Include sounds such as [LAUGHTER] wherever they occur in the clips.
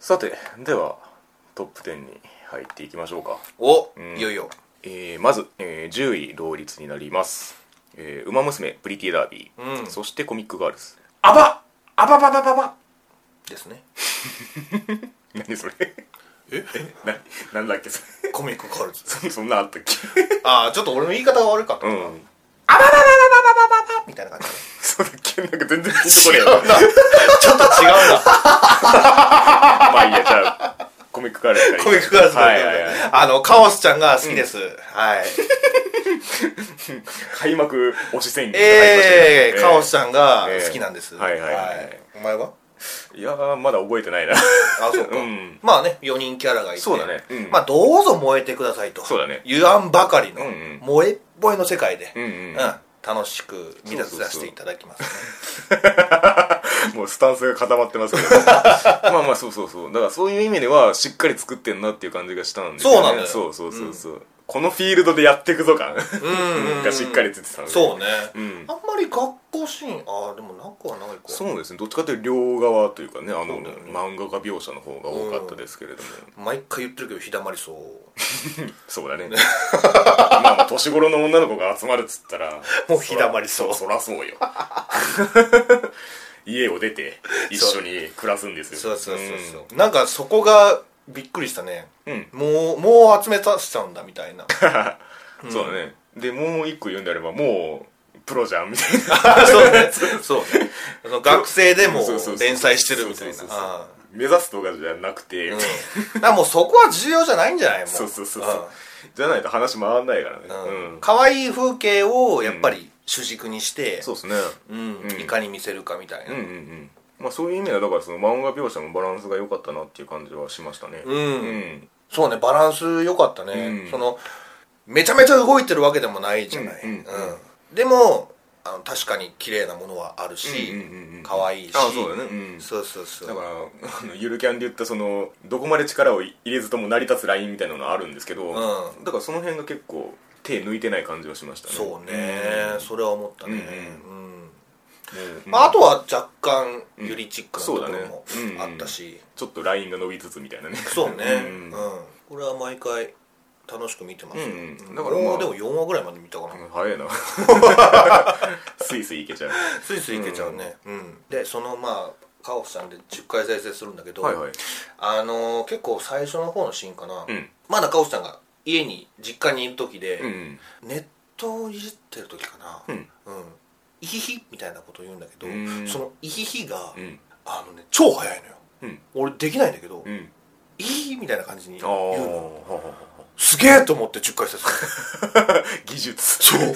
さてではトップ10に入っていきましょうか、お、うんいよいよえーまず、えー10位同率になります「えー、ウマ娘プリティダービー」うんそしてコミックガールズ [LAUGHS] あばあばばばばばですね何それ [LAUGHS] えななんだっけ [LAUGHS] それコミックガールズそそんなんあったっけああちょっと俺の言い方が悪かったうな、あんばばみたいな感じそうだっけなんか全然ピンとこねえなちょっと違うなまあいいやじゃあコミックガールズからいい [LAUGHS] コミックガールズだっはたいのはいで、はいあのカオスちゃんが好きです、 [LAUGHS] はい開幕推し宣言ええー、カオスたちゃんが好きなんです、えーはいはいはいお前はいやーまだ覚えてないなあそうか、うんまあね4人キャラがいてそうだねうんまあどうぞ燃えてくださいとそうだね言わんばかりのうんうん燃えっぽいの世界で、うんうん楽しく見出していただきますねもうスタンスが固まってますけど [LAUGHS] まあまあそうそうそうだからそういう意味ではしっかり作ってんなっていう感じがしたんで、ね、そうなんだよそうそうそうそう、このフィールドでやってくぞ感うんうんがしっかり出てたのでそうね、うんあんまり学校シーンああでもなくはないかそうですねどっちかというと両側というかねあのそうだよね漫画家描写の方が多かったですけれども、毎回言ってるけどひだまりそうそうだねまあまあ年頃の女の子が集まるっつった [LAUGHS] らもうひだまりそうそらそ [LAUGHS] らそうよ家を出て一緒に暮らすんですよそうそうそうそう、なんかそこがびっくりしたねうん、もうもう集めさせちゃうんだみたい [LAUGHS] なうんそうだねでもう一個言うんであればもうプロじゃんみたいなそうねそうねその学生でもそうそうそう連載してるみたいなそうそうそうあ目指すとかじゃなくて、ーだからもうそこは重要じゃないんじゃないもうそうそうそうそうじゃないと話回んないからねうんうん、可愛い風景をやっぱり主軸にして、そうですねうんうんいかに見せるかみたいうんなうんうんまあそういう意味ではだからその漫画描写のバランスが良かったなっていう感じはしましたねうんうんそうねバランス良かったね、うんそのめちゃめちゃ動いてるわけでもないじゃない、うんうんうんでもあの確かに綺麗なものはあるしうんうんうんうん可愛、いしあそうだねうんそうそうそうだから [LAUGHS] あのゆるキャンで言ったそのどこまで力を入れずとも成り立つラインみたいなのあるんですけど、うだからその辺が結構手抜いてない感じはしましたねそうね、それは思ったね、ううんうんうんまあ、あとは若干ユリチックなところもそうだねうんあったし、ちょっとラインが伸びつつみたいなねそうね、うんんこれは毎回楽しく見てますよ、うんうんだだかかららまあもうでも4話ぐらいまで見たかな、早 [LAUGHS] いなスイスイいけちゃうスイスイいけちゃうね、うんでそのまあカオスさんで10回再生するんだけど、はいはいあのー結構最初の方のシーンかな、うんまだカオスさんが家に実家にいる時で、うんネットをいじってる時かなうんうん「イヒヒ」みたいなこと言うんだけど、うんその「イヒヒが」うんあのね超早いのようん俺できないんだけど「うんイヒヒ」みたいな感じにあ言うのあすげえと思って10回再生技術そう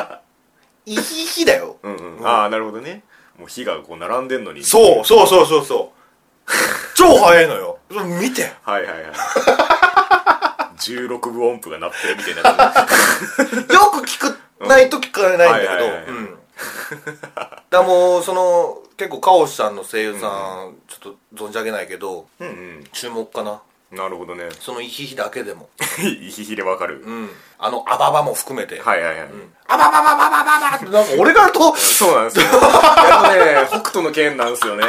[LAUGHS] イヒヒだようんうんああなるほどねもう火がこう並んでんのにそうそうそうそうそう超早いのよ見てはいはい [LAUGHS] はい16分音符が鳴ってるみたいな感よく聞くないと聞かないんだけどはいはいはいはいうんだからもうその結構カオスさんの声優さん、ちょっと存じ上げないけどじうん注目かなうんなるほどねそのイヒヒだけでも、いひひでわかるうん、あのアババも含めて、はいはいはいアバババババババってなんか俺がとそうなんですよあのね北斗の剣なんですよね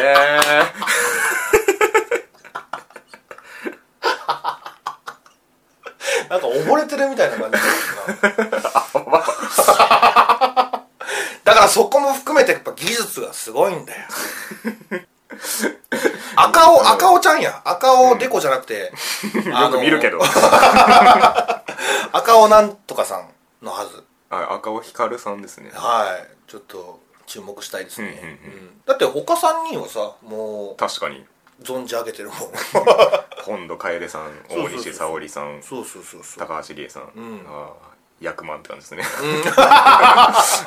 なんか溺れてるみたいな感じだったなだからそこも含めてやっぱ技術がすごいんだよ赤尾赤尾ちゃんや赤尾デコじゃなくて、あよのく見るけど赤尾なんとかさんのはずあ赤尾光さんですねはいちょっと注目したいですね、うんうんだって他3人はさも確かにう存じ上げて [LAUGHS] るもん本土楓さんそ大うそうそう西沙織さんそうそうそうそう高橋理恵さん、うんああ役満って感じですね、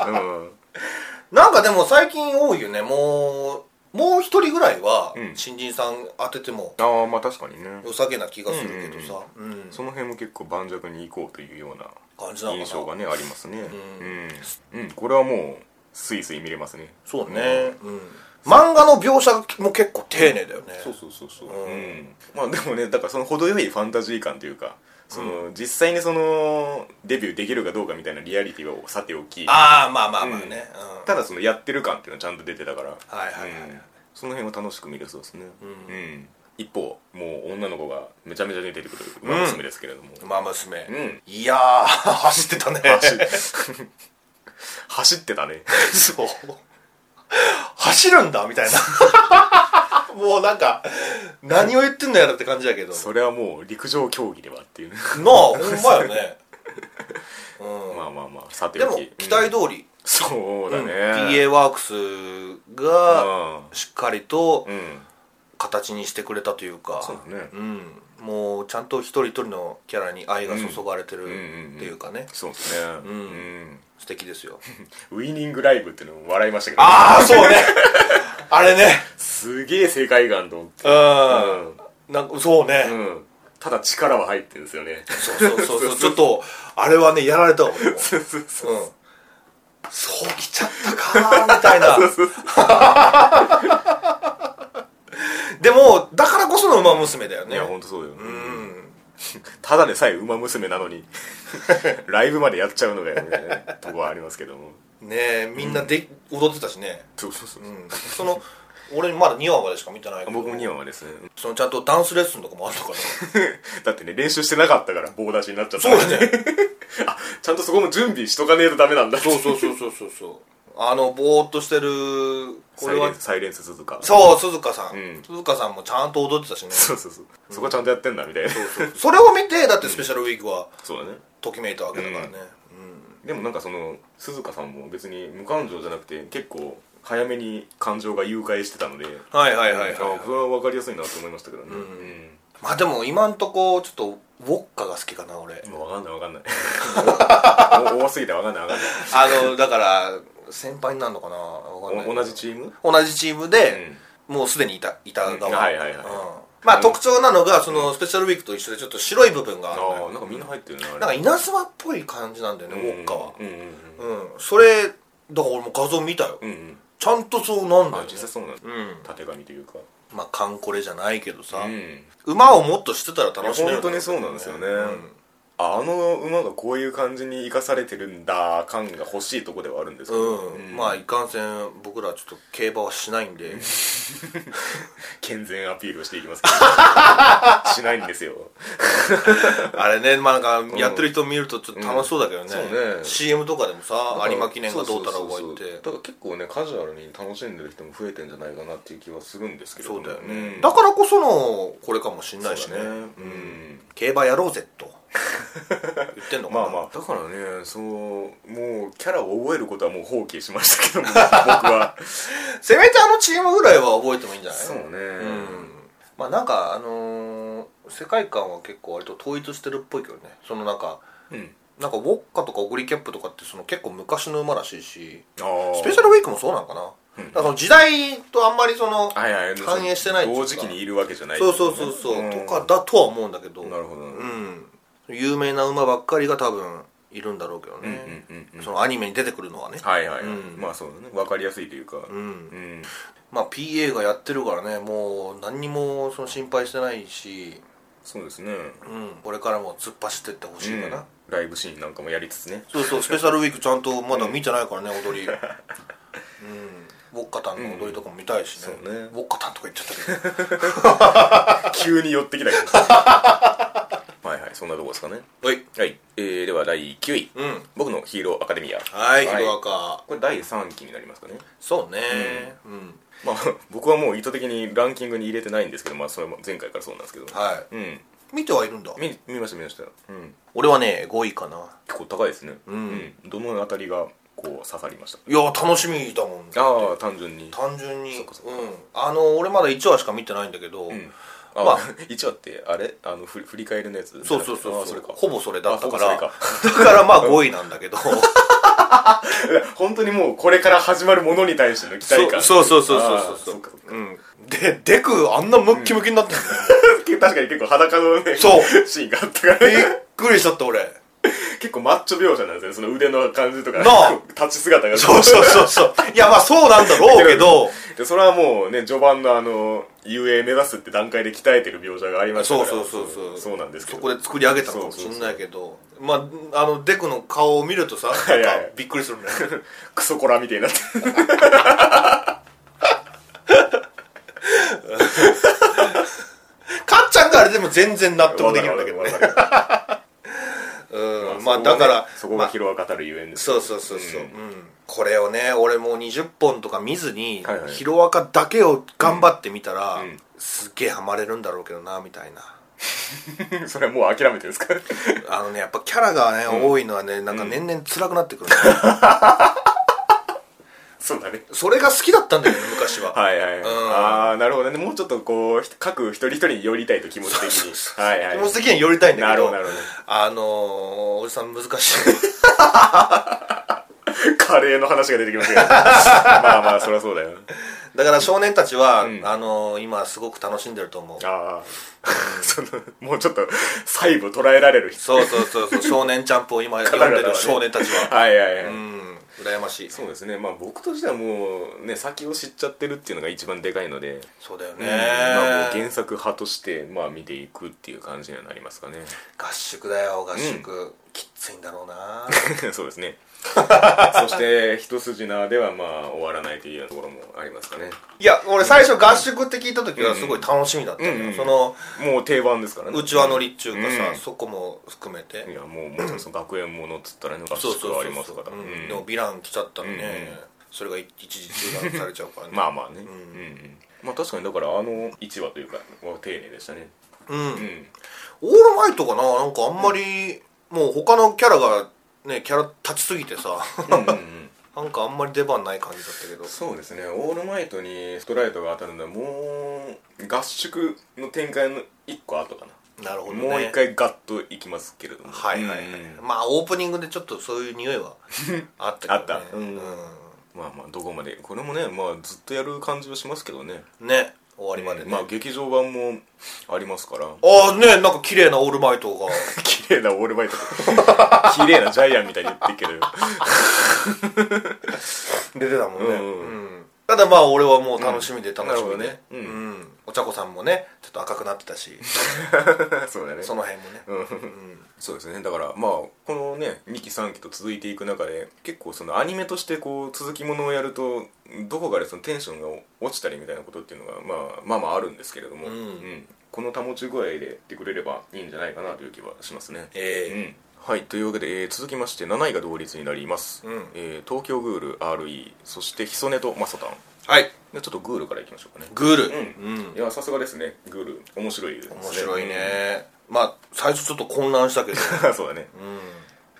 うん [LAUGHS] [LAUGHS] なんかでも最近多いよねもうもう一人ぐらいはうん新人さん当ててもああまあ確かにね良さげな気がするけどさ、うんその辺も結構盤石にいこうというような感じなのかな印象がねありますねううん、うん、これはもうスイスイ見れますねそうね、うん漫画の描写も結構丁寧だよねそうそうそうそう、んうんまあでもねだからその程よいファンタジー感というかその、実際にそのデビューできるかどうかみたいなリアリティをさておきああまあまあまあね、うんただそのやってる感っていうのはちゃんと出てたからはいはいはいうんその辺を楽しく見れそうですねうん、一方めちゃめちゃ出てくる馬娘ですけれども、馬娘、うんいやー [LAUGHS] 走ってたね走 [LAUGHS] 走ってたねそう走るんだみたい [LAUGHS] なもうなんか何を言ってんだよって感じだけどそれはもう陸上競技ではっていうねなあほんまよね、うんまあまあまあさてでおきも期待うん通り、そうだね、 PA ワークスがしっかりとうん、うん、形にしてくれたというかそうだねうん、もうちゃんと一人一人のキャラに愛が注がれてるうんうんうんっていうかねそうですねうん、素敵ですよウイニングライブっていうのも笑いましたけどああ [LAUGHS] そうねあれねすげえ世界観と思ってうん、なんかそうね、うんただ力は入ってるんですよ [LAUGHS] ねそうそうそうそうちょっとあれはねやられたわ俺もうそうそうそうんそうきちゃったかーみた [LAUGHS] いなでもだからこその馬娘だよいねや本当そうだよ、うんただでさえ馬娘なのに [LAUGHS] ライブまでやっちゃうのがよみたいなとこはありますけどもねえみんなで、踊ってたしね、そうそうそう、うん、その [LAUGHS] 俺まだ2話までしか見てないけど僕も2話はですねそのちゃんとダンスレッスンとかもあるのかなだってね練習してなかったから棒出しになっちゃったそうだね [LAUGHS] あちゃんとそこも準備しとかねえとダメなんだ [LAUGHS] そうそうそうそうそうそうあのぼーっとしてるこサれイレはンサイレンス鈴鹿そう鈴鹿さん、うん鈴鹿さんもちゃんと踊ってたしねそうそうそうそこちゃんとやってんだみたいなそれを見てだってスペシャルウィークはそうだねときめいたわけだからね、でもなんかその鈴鹿さんも別に無感情じゃなくて結構早めに感情が誘拐してたのでうんはいはいはあい、はい、それは分かりやすいなと思いましたけどねうんまあでも今んとこちょっとウォッカが好きかな俺もう分かんない分かんない [LAUGHS] お多すぎて分かんない分かあのだから先輩になるのかなわんなかんないいお同じチーム同じチームで、もうすでにいたいた側、うんはいはいはいうんまあ、うん特徴なのがそのスペシャルウィークと一緒でちょっと白い部分があるのあよあなんかみんな入ってるねあれなんか稲妻っぽい感じなんだようね、んウォッカはうんうんうんそれだから俺も画像見たよ、うんうんちゃんとそうなんだあよ、ね実、際そうなんだうん縦紙というかまあカンコレじゃないけどさ、ん馬をもっとしてたら楽しめる本当んだけどにそうなんですよね、うんあの馬がこういう感じに生かされてるんだ感が欲しいとこではあるんですけど、うん、まあいかんせん僕らちょっと競馬はしないんで [LAUGHS] 健全アピールをしていきますけど [LAUGHS] しないんですよあれねまあなんかやってる人見るとちょっと楽しそうだけどね,、うんそうね CM とかでもさ有馬記念がどうたらこうやそっうそうそうそうてだから結構ねカジュアルに楽しんでる人も増えてんじゃないかなっていう気はするんですけどそうだよね、んだからこそのこれかもしんないしそうだねねう、うんん競馬やろうぜと言ってんのかなまあまあだからねそうもうキャラを覚えることはもう放棄しましたけども僕はせめてあのチームぐらいは覚えてもいいんじゃないそうね、うんまあなんかあのー世界観は結構割と統一してるっぽいけどねそのなんか [LAUGHS] うんなんかウォッカとかオグリキャップとかってその結構昔の馬らしいしあースペシャルウィークもそうなのかな、だからその時代とあんまりその、はいはい反映してないっていうか同時期にいるわけじゃないそうそうそうそう、んとかだとは思うんだけどなるほどなるほどうん有名な馬ばっかりが多分いるんだろうけどね、うんうんうんうんそのアニメに出てくるのはね、はいはいはい、うんまあそうだね分かりやすいというかううんんまあ PA がやってるからねもう何にもその心配してないし、そうですねうん、これからも突っ走ってってほしいかな、うんライブシーンなんかもやりつつ [LAUGHS] ねそうそうスペシャルウィークちゃんとまだ見てないからね、踊りうんウォッカタンの踊りとかも見たいしね,、うん [LAUGHS] そうねウォッカタンとか言っちゃったけど急に寄ってきたけど [LAUGHS] はいはいそんなとこですかねはい。はい、えー、では第9位、うん。僕のヒーローアカデミアはい、ヒロアカ。これ第3期になりますかねそうね。うん。まあ僕はもう意図的にランキングに入れてないんですけどまあそれも前回からそうなんですけどはうんい。見てはいるんだ。見見ました見ましたうん俺はね、5位かな。結構高いですねうんどのあたりがこう刺さりましたいや、楽しみだもん。ああ単純に単純に。うんっかそ。あの、俺まだ1話しか見てないんだけど、うんあ、ままああ、 [LAUGHS] 一話ってあれあのふ振り返りのやつそうそうそあうそそうれかほぼそれだったかあらほぼ [LAUGHS] だからまあ5位なんだ [LAUGHS] けどそそれか本当にもうこれから始まるものに対しての期待感うそうそうそうあそあうそっうかそっかうんでデクあんなムッキムキになってん確かに結構裸のねそうシーンがあったからのびっねくりしちゃった俺結構マッチョ描写なんですよねその腕の感じとかなあ立ち姿がそうそうそうそういやまあそうなんだろうけど [LAUGHS] でそれはもうね序盤のあの遊泳目指すって段階で鍛えてる描写がありましたからそうそうそうそうそうなんですけそどこで作り上げたのかもしれないけどまああのデクの顔を見るとさなんい [LAUGHS] はいかびっくりするね [LAUGHS] クソコラみたいになってかっちゃんがあれでも全然納得できるんだけどね [LAUGHS] わかるわかうるんまあだからそこが広が語るゆえんですそうそうそうそう、ううんんこれをね俺もう20本とか見ずに、はいはいヒロアカだけを頑張ってみたら、うんうんすっげえハマれるんだろうけどなみたい [LAUGHS] なそれはもう諦めてるんですか [LAUGHS] あのねやっぱキャラがね、多いのはねなんか年々辛くなってくるんだよ、そうだねそれが好きだったんだよね昔は、はいはい、はいうんああなるほどねもうちょっとこう各一人一人に寄りたいと気持ち的そうにそうそうはいはい気持ち的には寄りたいんだなけるほどどなるほあのー、おじさん難しい [LAUGHS] どカレーの話が出てきますけ [LAUGHS] どまあまあそりゃそうだよだから少年たちは、うんあのー、今すごく楽しんでると思うああ [LAUGHS] そのもうちょっと細部捉えられる人そうそうそう [LAUGHS] そう少年チャンプを今読んでる少年たちは、はいはいはい、うん羨ましいそうですねまあ僕としてはもうね先を知っちゃってるっていうのが一番でかいのでそうだよね、うんまあ、もう原作派として、まあ、見ていくっていう感じにはなりますかね [LAUGHS] 合宿だよ合宿、きっついんだろうなそうです [LAUGHS] ねそして一筋縄ではまあ終わらないというようなところもありますかねいや俺最初合宿って聞いた時はすごい楽しみだったのよ、うんうんそのもう定番ですからねうちわ乗りっちゅうかさ、うんそこも含めていやもうもちろんその学園ものっつったらね合宿がありますからうんうんでもヴィラン来ちゃったらね、うんうんそれが一時中断されちゃうからね [LAUGHS] まあまあねうんんまあ確かにだからあの1話というかは丁寧でしたねうん、 [LAUGHS] うんオールマイトかななんかあんまり、もう他のキャラがねキャラ立ちすぎてさ [LAUGHS] うんうんうんなんかあんまり出番ない感じだったけどそうですねオールマイトにストライトが当たるのはもう合宿の展開の1個後かななるほどねもう一回ガッといきますけれどもはいはいはい、うんまあオープニングでちょっとそういう匂いはあったけど、[LAUGHS] あね、ったうんうまあまあどこまでこれもねまあずっとやる感じはしますけどねんね終わりまでね、まあ劇場版もありますからああねなんか綺麗なオールマイトが [LAUGHS] 綺麗なオールマイト [LAUGHS] 綺麗なジャイアンみたいに言ってるけど出てたもんね、うんうんただまあ俺はもう楽しみで楽しみで、うんなるほうどねんうお茶子さんもねちょっと赤くなって [LAUGHS] たし [LAUGHS] そうだねその辺もね、うんそうですねだからまあこのね2期3期と続いていく中で結構そのアニメとしてこう続きものをやるとどこかでそのテンションが落ちたりみたいなことっていうのが、まあ、まあまああるんですけれども、うんこの保ち具合でやってくれればいいんじゃないかなという気はしますねええうんはいというわけで、えー続きまして7位が同率になります、うんえー東京グール RE そしてヒソネとマソタンはいでちょっとグールからいきましょうかねグールうんうん、いやさすがですねグール面白いですね面白いね、まあ最初ちょっと混乱したけ [LAUGHS] ど、うん [LAUGHS] そうだね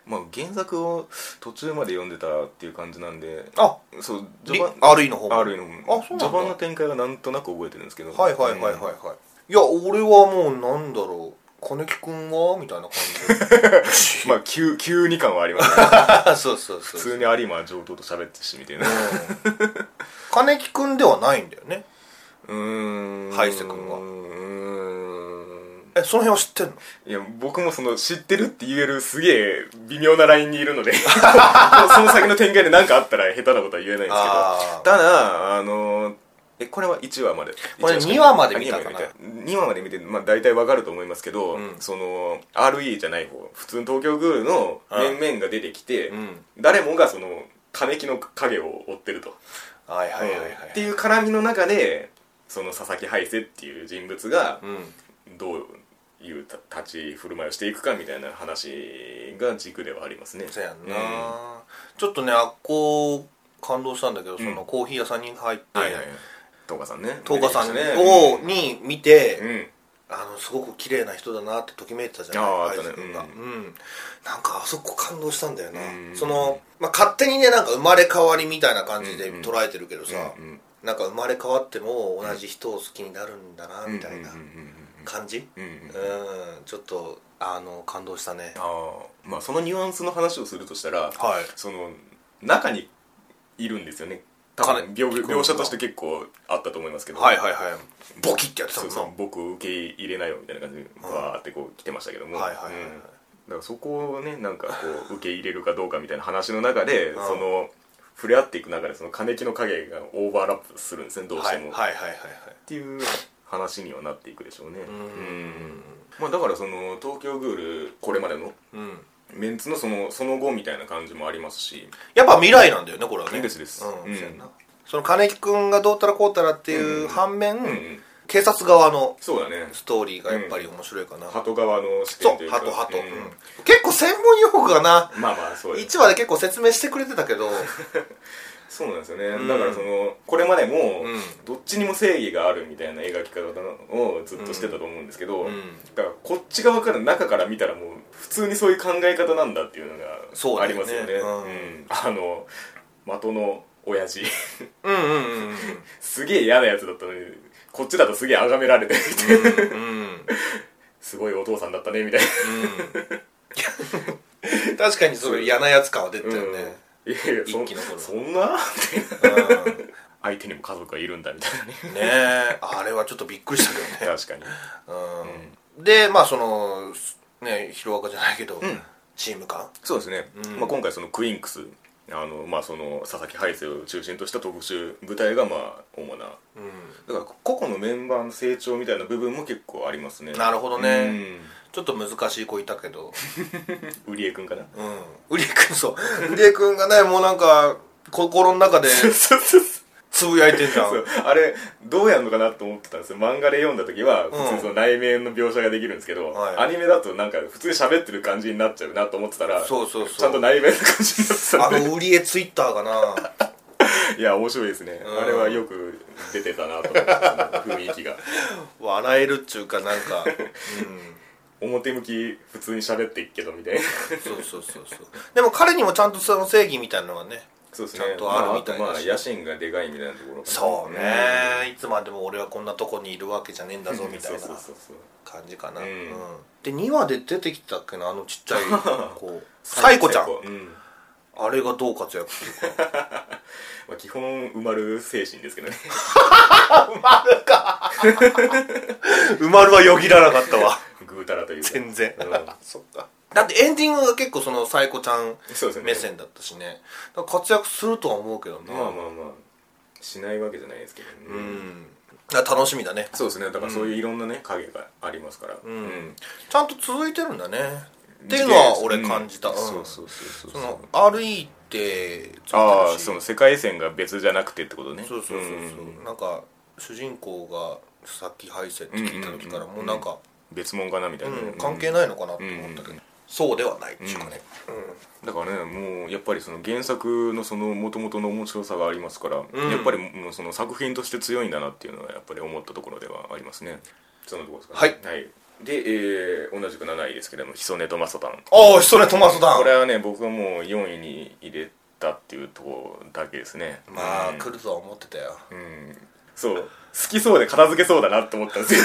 うん、まあ、原作を途中まで読んでたっていう感じなんであそう序リ盤 RE の方あるのあそうなんだ序盤の展開はなんとなく覚えてるんですけどはいはいはいはいい、はい、いや俺はもうなんだろう金木くんはみたいな感 [LAUGHS] うじんまあ急 [LAUGHS] 急に感はありますねあそうそうそう普通に有馬上等と喋ってしみてなうん金木くんではないんだよねうーんハイセ君はうーんえその辺は知ってんのいや僕もその知ってるって言えるすげえ微妙なラインにいるの [LAUGHS] でもうその先の展開で何かあったら下手なことは言えないんですけどあーただあのーえこれは1話までこれ一しか二話まで見たかなあ二話まで見て、まあ、大体わかると思いますけど、うんその RE じゃない方普通の東京グールの面々が出てきて、うん誰もがその金木の影を追ってると、はいはいはいはっいていう絡みの中でその佐々木ハイセっていう人物がうんどういうた立ち振る舞いをしていくかみたいな話が軸ではありますねそうやんな、うんちょっとねあっこ感動したんだけどそのコーヒー屋さんに入ってはいはいはい東華さんね東華さん出てきをに見て、たねうんあのすごく綺麗な人だなってときめいてたじゃあああなっいたでねすか君が、ううんなんかあそこ感動したんだよな、うんその、まあ、勝手にねなんか生まれ変わりみたいな感じでうん捉えてるけどさ、うんうんなんか生まれ変わっても同じ人を好きになるんだなみたいなうんうん感じうんうんうんうんうんちょっとあの感動したねああまあそのニュアンスの話をするとしたらはいその中にいるんですよね多彼分描君は描写として結構あったと思いますけどはいはいはいボキってやってたそもんうなそう僕を受け入れないよみたいな感じでわーってこう来てましたけどもはいはいはいはいうんだからそこをねなんかこう受け入れるかどうかみたいな話の中でんその触れ合っていく中でその金木の影がオーバーラップするんですねどうしはていはいも、はいはいはいっていう話にはなっていくでしょうねうんまあだからその東京グールこれまでのうんメンツのそのその後みたいな感じもありますしやっぱ未来なんだよねこれはねですですうんうんそうやなその金木君がどうたらこうたらっていう反面、うん警察側のそうだねストーリーがやっぱり面白いかな、鳩側の視そ点とういうか鳩鳩、ううんん結構専門用語がなまあまあそうです1話で結構説明してくれてたけどそうなんですよね、んだからそのこれまでも、うんどっちにも正義があるみたいな描き方をずっとしてたと思うんですけど、うんだからこっち側から中から見たらもう普通にそういう考え方なんだっていうのそうがあだりよねますよねうんんあの的の親父 [LAUGHS] うんうんうんうんすげえ嫌なやつだったのにこっちだとすげえ崇められてみたいなうんうんすごいお父さんだったねみたいなうん確かにそれ嫌なやつ感は [LAUGHS] 出てたよね、うんいやいやそ一期の頃そんなうん相手にも家族がいるんだみたいな [LAUGHS] ねねえあれはちょっとびっくりしたけどね、確かにうん、でまあそのねヒロアカじゃないけど、んチーム感そうですね、うんまあ、今回そのクインクスあのまあその佐々木ハイセを中心とした特集部隊がまあ主なうんだから個々のメンバーの成長みたいな部分も結構ありますねなるほどねちょっと難しい子いたけどうん入江君かなうんウリエ君そうウリエ君がねもうなんか心 [LAUGHS] の中でそうそうそうつぶやいてんじゃんそうあれどうやるのかなと思ってたんですよ漫画で読んだ時は普通にその内面の描写ができるんですけど、はいアニメだとなんか普通に喋ってる感じになっちゃうなと思ってたらそうそうそうちゃんと内面の感じになってたあんでのウリエツイッターがないや面白いですね、うんあれはよく出てたなと思ってその雰囲気が笑えるっちゅうかなん [LAUGHS] か、表向き普通に喋っていくけどみたいなうん、そうそうそうそうでも彼にもちゃんとその正義みたいなのがねそうですねちゃんとあるみたいだしまあ、あとまあ野心がでかいみたいなところかなそうねいつまでも俺はこんなとこにいるわけじゃねえんだぞうんみたいなそうそうそうそう感じかな、うんうんで2話で出てきたっけなあのちっ [LAUGHS] ちゃい子ササイイココちゃんうんあれがどう活躍 [LAUGHS] するかまあ、基本埋まる精神ですけどね [LAUGHS] 埋まるはよぎらなかったわぐうたらというか全然うん [LAUGHS] そっかだってエンディングが結構そのサイコちゃんそうですね目線だったしねだから活躍するとは思うけどな、まあまあまあしないわけじゃないですけど、ううんだから楽しみだねそうですねだからそういういろんなね、影がありますからうん、ちゃんと続いてるんだねっていうのは俺感じた、ううんんそうそうそうそそうの RE ってああそそうの世界線が別じゃなくてってことねそうそうそう、んなんか主人公が佐々木敗戦って聞いた時からうんうんうんもうなんか、別物かなみたういんな、関係いないのかなと思ったけど、そうではないっていうかねだからねもうやっぱりその原作のその元々の面白さがありますから、うんやっぱりもうその作品として強いんだなっていうのはやっぱり思ったところではありますねそのところですか、ね、はい、で、えー同じく7位ですけれども「ヒソネとマソタン」ああひそねトマソだこれはね僕はもう4位に入れたっていうところだけですねまあ、うん来るとは思ってたようんそう好きそうで片付けそうだなと思ったんですよ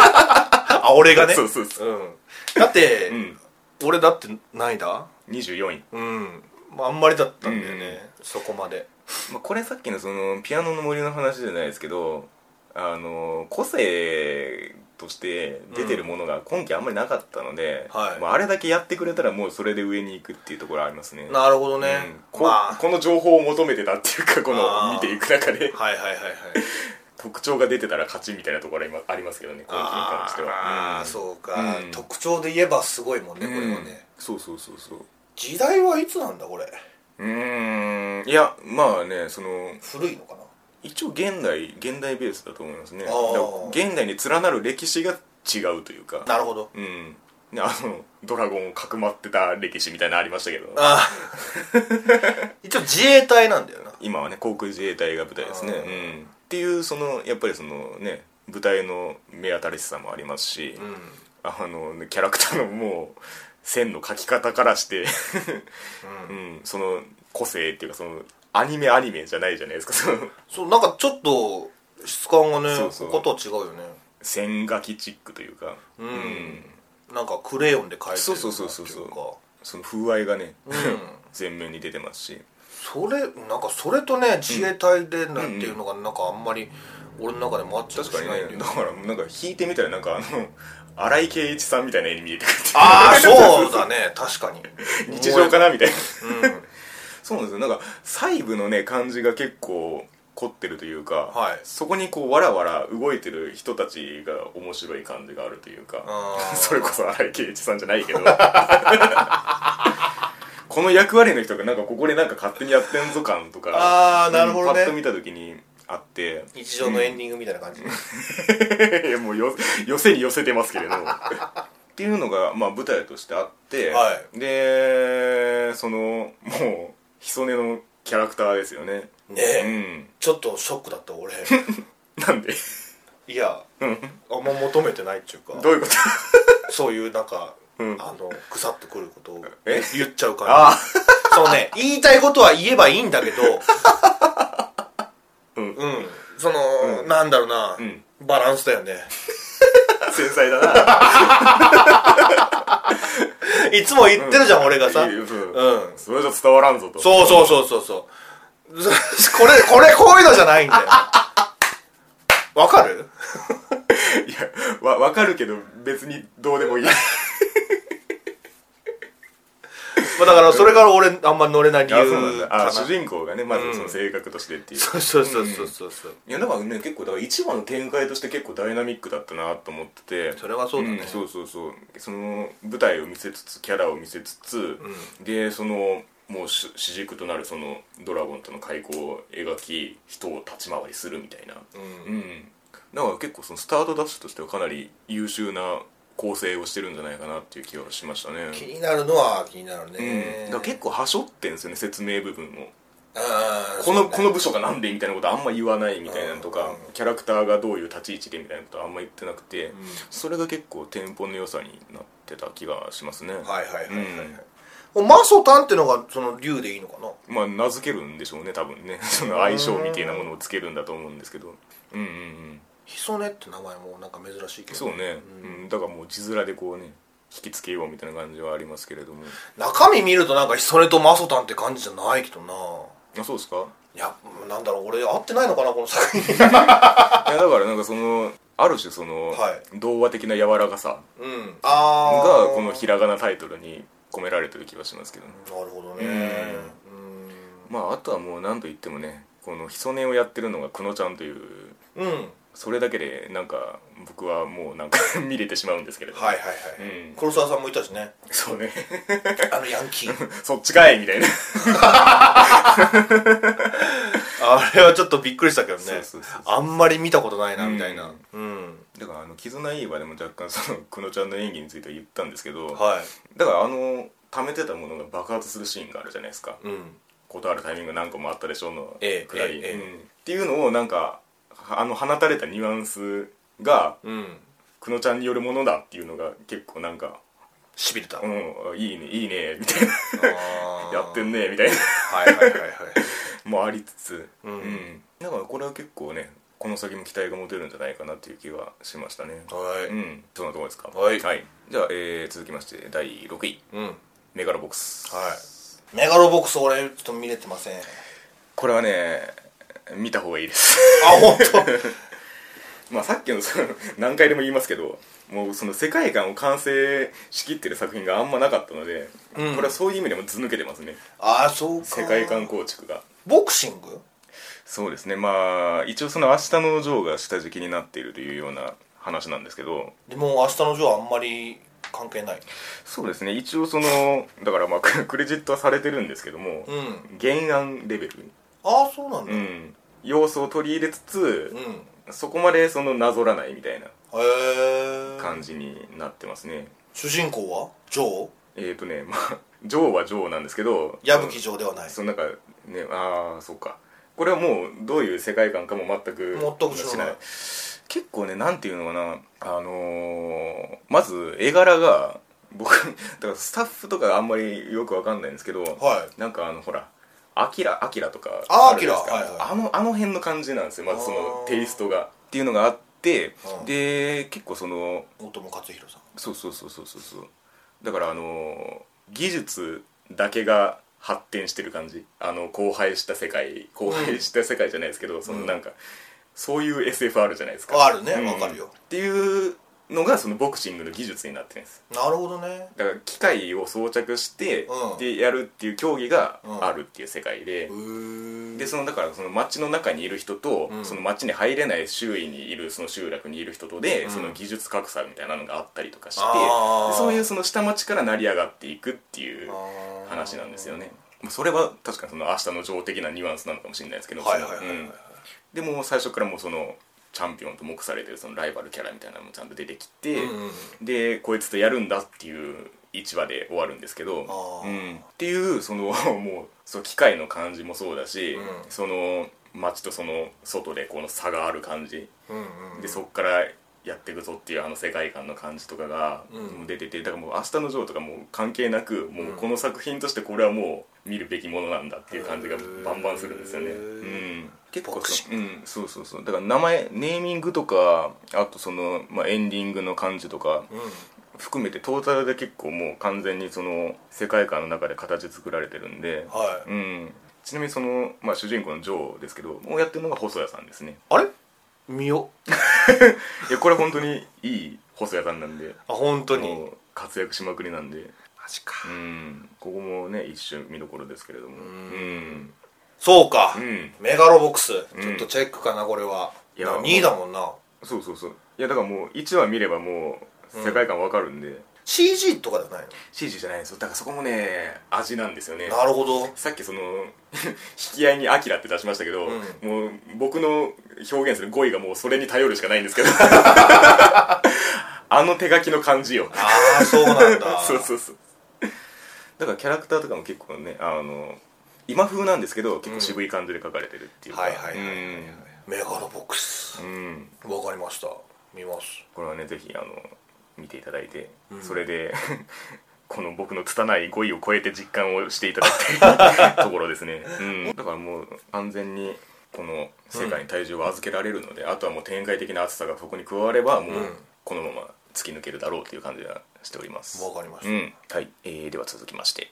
あ俺が [LAUGHS] ね、そうそうそうん、だって、うん俺だってないだ24位、うんまああんまりだったんだよね、そこまでまあ、これさっきのそのピアノの森の話じゃないですけどあの個性として出てるものが今期あんまりなかったので、はいまあ、あれだけやってくれたらもうそれで上に行くっていうところありますねなるほどね、うんこまあこの情報を求めてたっていうかこあのー見ていく中ではいはいはいはい特徴が出てたら勝ちみたいなところは今ありますけどね今期に関してはああんそうか、うん特徴で言えばすごいもんねこれはね、うんそうそうそうそう時代はいつなんだこれうーんいやまあねその古いのかな一応現代現代ベースだと思いますねあだかーら現代に連なる歴史が違うというかなるほどうんねあのドラゴンをかくまってた歴史みたいなのありましたけどああ [LAUGHS] 一応自衛隊なんだよな今はね航空自衛隊が舞台ですね、うあーん、っていうそのやっぱりそのね舞台の目新しさもありますし、うあのねキャラクターのもう線の描き方からして、 [LAUGHS] うんその個性っていうかそのアニメアニメじゃないじゃないですかそのそうなんかちょっと質感がねそうそう他とは違うよね線描きチックというか、うん、うんなんかクレヨンで描いてるそうそうそうそうそううその風合いがね、ん全面に出てますしそれなんかそれとね自衛隊でなんていうのがなんかあんまり俺の中でマッチ確しかないんだよにねだからなんか弾いてみたらなんかあの [LAUGHS] 荒井圭一さんみたいな絵に見えてくる [LAUGHS] ああそうだね確かに日常かなみたいなうんそうなんですよなんか細部のね感じが結構凝ってるというか、はいそこにこうわらわら動いてる人たちが面白い感じがあるというかあ [LAUGHS] ーそれこそ荒井圭一さんじゃないけど [LAUGHS] この役割の人がなんかここでなんか勝手にやってんぞ感とかあーなるほうどねんパッと見た時にああって日常のエンディングみたいな感じ、いやもうよ寄せに寄せてますけれどっていうのが、まあ、舞台としてあって、はでそのもうヒソネのキャラクターですよねねえ、ちょっとショックだった俺うんなんでいやあんま求めてないっていうかどういうことそういうなんか、うんあの腐ってくることをえ言っちゃうからあそうね言いたいことは言えばいいんだけどうんその、なんだろうな、んバランスだよねあ繊細だいつも言ってるじゃん、俺がさなういいんうんそれじゃ伝わらんぞとそうそうそうそうそう [LAUGHS] これこれこういうのじゃないんだよわかるいやわ分かるけど別にどうでも [LAUGHS] いいまあだからそれから俺あんま乗れない理あ由そうなんだかなあ主人公がねまずその性格としてっていう、そうそうそうそうそうそう、いやだからね結構だから一話の展開として結構ダイナミックだったなと思っててそれはそうだねんそうそうそうその舞台を見せつつキャラを見せつつ、でそのもう主主軸となるそのドラゴンとの開口を描き人を立ち回りするみたいなうん、だから結構そのスタートダッシュとしてはかなり優秀な構成をしてるんじゃないかなっていう気はしましたね気になるのは気になるうん、ねだ、から結構はしょってんですよね説明部分をうんこのこのの部署がなんでみたいなことあんま言わないみたいなのとかキャラクターがどういう立ち位置でみたいなことあんま言ってなくて、それが結構テンポの良さになってた気がしますね、はいはいはいはい、はいマソタンってのがその竜でいいのかなまあ名付けるんでしょうね多分ねその相性みたいなものをつけるんだと思うんですけどうんうんうんヒソネって名前もなんか珍しいけどそうね、うん、だからもう字面でこうね引きつけようみたいな感じはありますけれども中身見るとなんかヒソネとマソタンって感じじゃないけどなあそうです [LAUGHS] かいやなんだろう俺合ってないのかなこの作品いやだからなんかそのある種その、は童話的な柔らかさうんああがこのひらがなタイトルに込められてる気がしますけどねなるほどねまああとはもう何と言ってもねこのヒソネをやってるのが久野ちゃんといううんうんそれだけでなんか僕はもうなんか [LAUGHS] 見れてしまうんですけれどもはいはいはい、うん黒沢さんもいたしねそうね [LAUGHS] あのヤンキーそっちかいみたいな [LAUGHS] あれはちょっとびっくりしたけどねそうそうそうあんまり見たことないなみたいなうん、 [LAUGHS] だからあの「絆いいわ」でも若干その久野ちゃんの演技については言ったんですけどはいだからあの溜めてたものが爆発するシーンがあるじゃないですかうん断るタイミング何個もあったでしょうのええくらい、ええええうんっていうのをなんかあの放たれたニュアンスがうん久野ちゃんによるものだっていうのが結構なんかしびれ「た、うんいいねいいね」みたいなあーやってんねみたいな [LAUGHS] はいはいはいはいもありつつ、うんだからこれは結構ねこの先も期待が持てるんじゃないかなっていう気はしましたねはういんそんなところですかはいじゃあ、えー続きまして第6位うんはメガロボックスいメガロボックス俺ちょっと見れてませ [LAUGHS] んあこれはね見た方がいいです [LAUGHS] 本まあさっきのその何回でも言いますけどもうその世界観を完成しきってる作品があんまなかったので、うんこれはそういう意味でもず抜けてますね当ああそうか世界観構築がボクシングそうですねまあ一応その「明日のジョー」が下敷きになっているというような話なんですけどでも明日のジョーはあんまり関係ないそうですね一応そのだからまあ [LAUGHS] ククレジットはされてるんですけども、うん原案レベル、ああそうなんだううん、ん、要素を取り入れつつ、そこまでそのなぞらないみたいなへえ感じになってますね、主人公はジョーえーとねまあジョーはジョーなんですけど矢吹ジョーではないそのなんかねああそうかこれはもうどういう世界観かも全く全く知らない結構ねなんていうのかなあのーまず絵柄が僕 [LAUGHS] だからスタッフとかがあんまりよくわかんないんですけど、はいなんかあのほらアキラアキラとかあーるじゃないですかアキラはいはいあのあの辺の感じなんですよまずそのあーテイストがっていうのがあってうんで結構その大友克洋さんそうそうそうそうそうそうだからあのー技術だけが発展してる感じあの荒廃した世界荒廃した世界じゃないですけど、そのなんかそういう SF あるじゃないですかあるねわかるよっていうのがそのボクシングの技術になってるんですなるほどねだから機械を装着して、うんでやるっていう競技がうんあるっていう世界で、へえでそのだからその街の中にいる人と、うんその街に入れない周囲にいるその集落にいる人とで、うんその技術格差みたいなのがあったりとかしてあーでそういうその下町から成り上がっていくっていう話なんですよねまあそれは確かにその明日の情的なニュアンスなのかもしれないですけど、はいはいはいはいそのうんでもう最初からもうそのチャンピオンと目されてるそのライバルキャラみたいなのもちゃんと出てきて、うんでこいつとやるんだっていう1話で終わるんですけど、あーうんっていうその [LAUGHS] もうその機械の感じもそうだし、うんその街とその外でこの差がある感じ、うんうんでそっからやっていくぞっていうあの世界観の感じとかがうんもう出てて、だからもう「明日のジョー」とかもう関係なくもうこの作品としてこれはもう見るべきものなんだっていう感じがバンバンするんですよね。へうーん、結構ボクシそ,、うん、そうそうそうだから名前ネーミングとかあとその、まあ、エンディングの感じとかう含めてトータルで結構もう完全にその世界観の中で形作られてるんで、んはいうん、ちなみにその、まあ、主人公のジョーですけどもうやってるのが細谷さんですね。あれ見よいやこれ本当にいい細谷さんなんであ本当にもう活躍しまくりなんでマジかうんここもね一瞬見どころですけれどもうんそうかうんメガロボックスんちょっとチェックかなこれはいや2位だもんなそうそうそういやだからもう1話見ればもう世界観わかるんで、 CG とかではない CG じゃないんですよだからそこもね味なんですよねのなるほどさっきその [LAUGHS] 引き合いに「アキラ」って出しましたけど、うもう僕の表現する語彙がもうそれに頼るしかないんですけど [LAUGHS] あの手書きの感じよああそうなんだ [LAUGHS] そうそうそうだからキャラクターとかも結構ねあの今風なんですけど結構渋い感じで書かれてるっていうかはいはいはいはいはいメガロボックスうん、うんわかりました見ますこれはねぜひあの見ていただいて、んそれで [LAUGHS] この僕の拙い語彙を超えて実感をしていただきたい [LAUGHS] ところですね、うん、だからもう完全にこの世界に体重を預けられるので、あとはもう展開的な熱さがそこに加わればもううんこのまま突き抜けるだろうという感じがしておりますわかりましたうんはいえー、では続きまして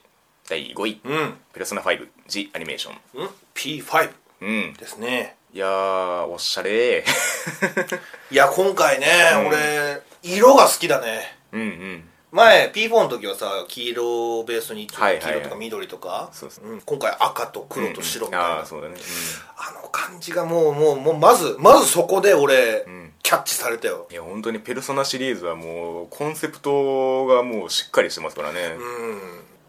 第5位うん「ペルソナ5」G アニメーションうん P5 うんですねいやーおしゃれーいや今回ね、ん俺色が好きだね [LAUGHS] うんうん前 P4 の時はさ黄色をベースにはいはいはい黄色とか緑とか、そうですうん今回赤と黒と白みたいな、うんああそうだね、あの感じがもうもうもうまずまずそこで俺、んキャッチされたようん、いや本当に「ペルソナ」シリーズはもうコンセプトがもうしっかりしてますからねう、ん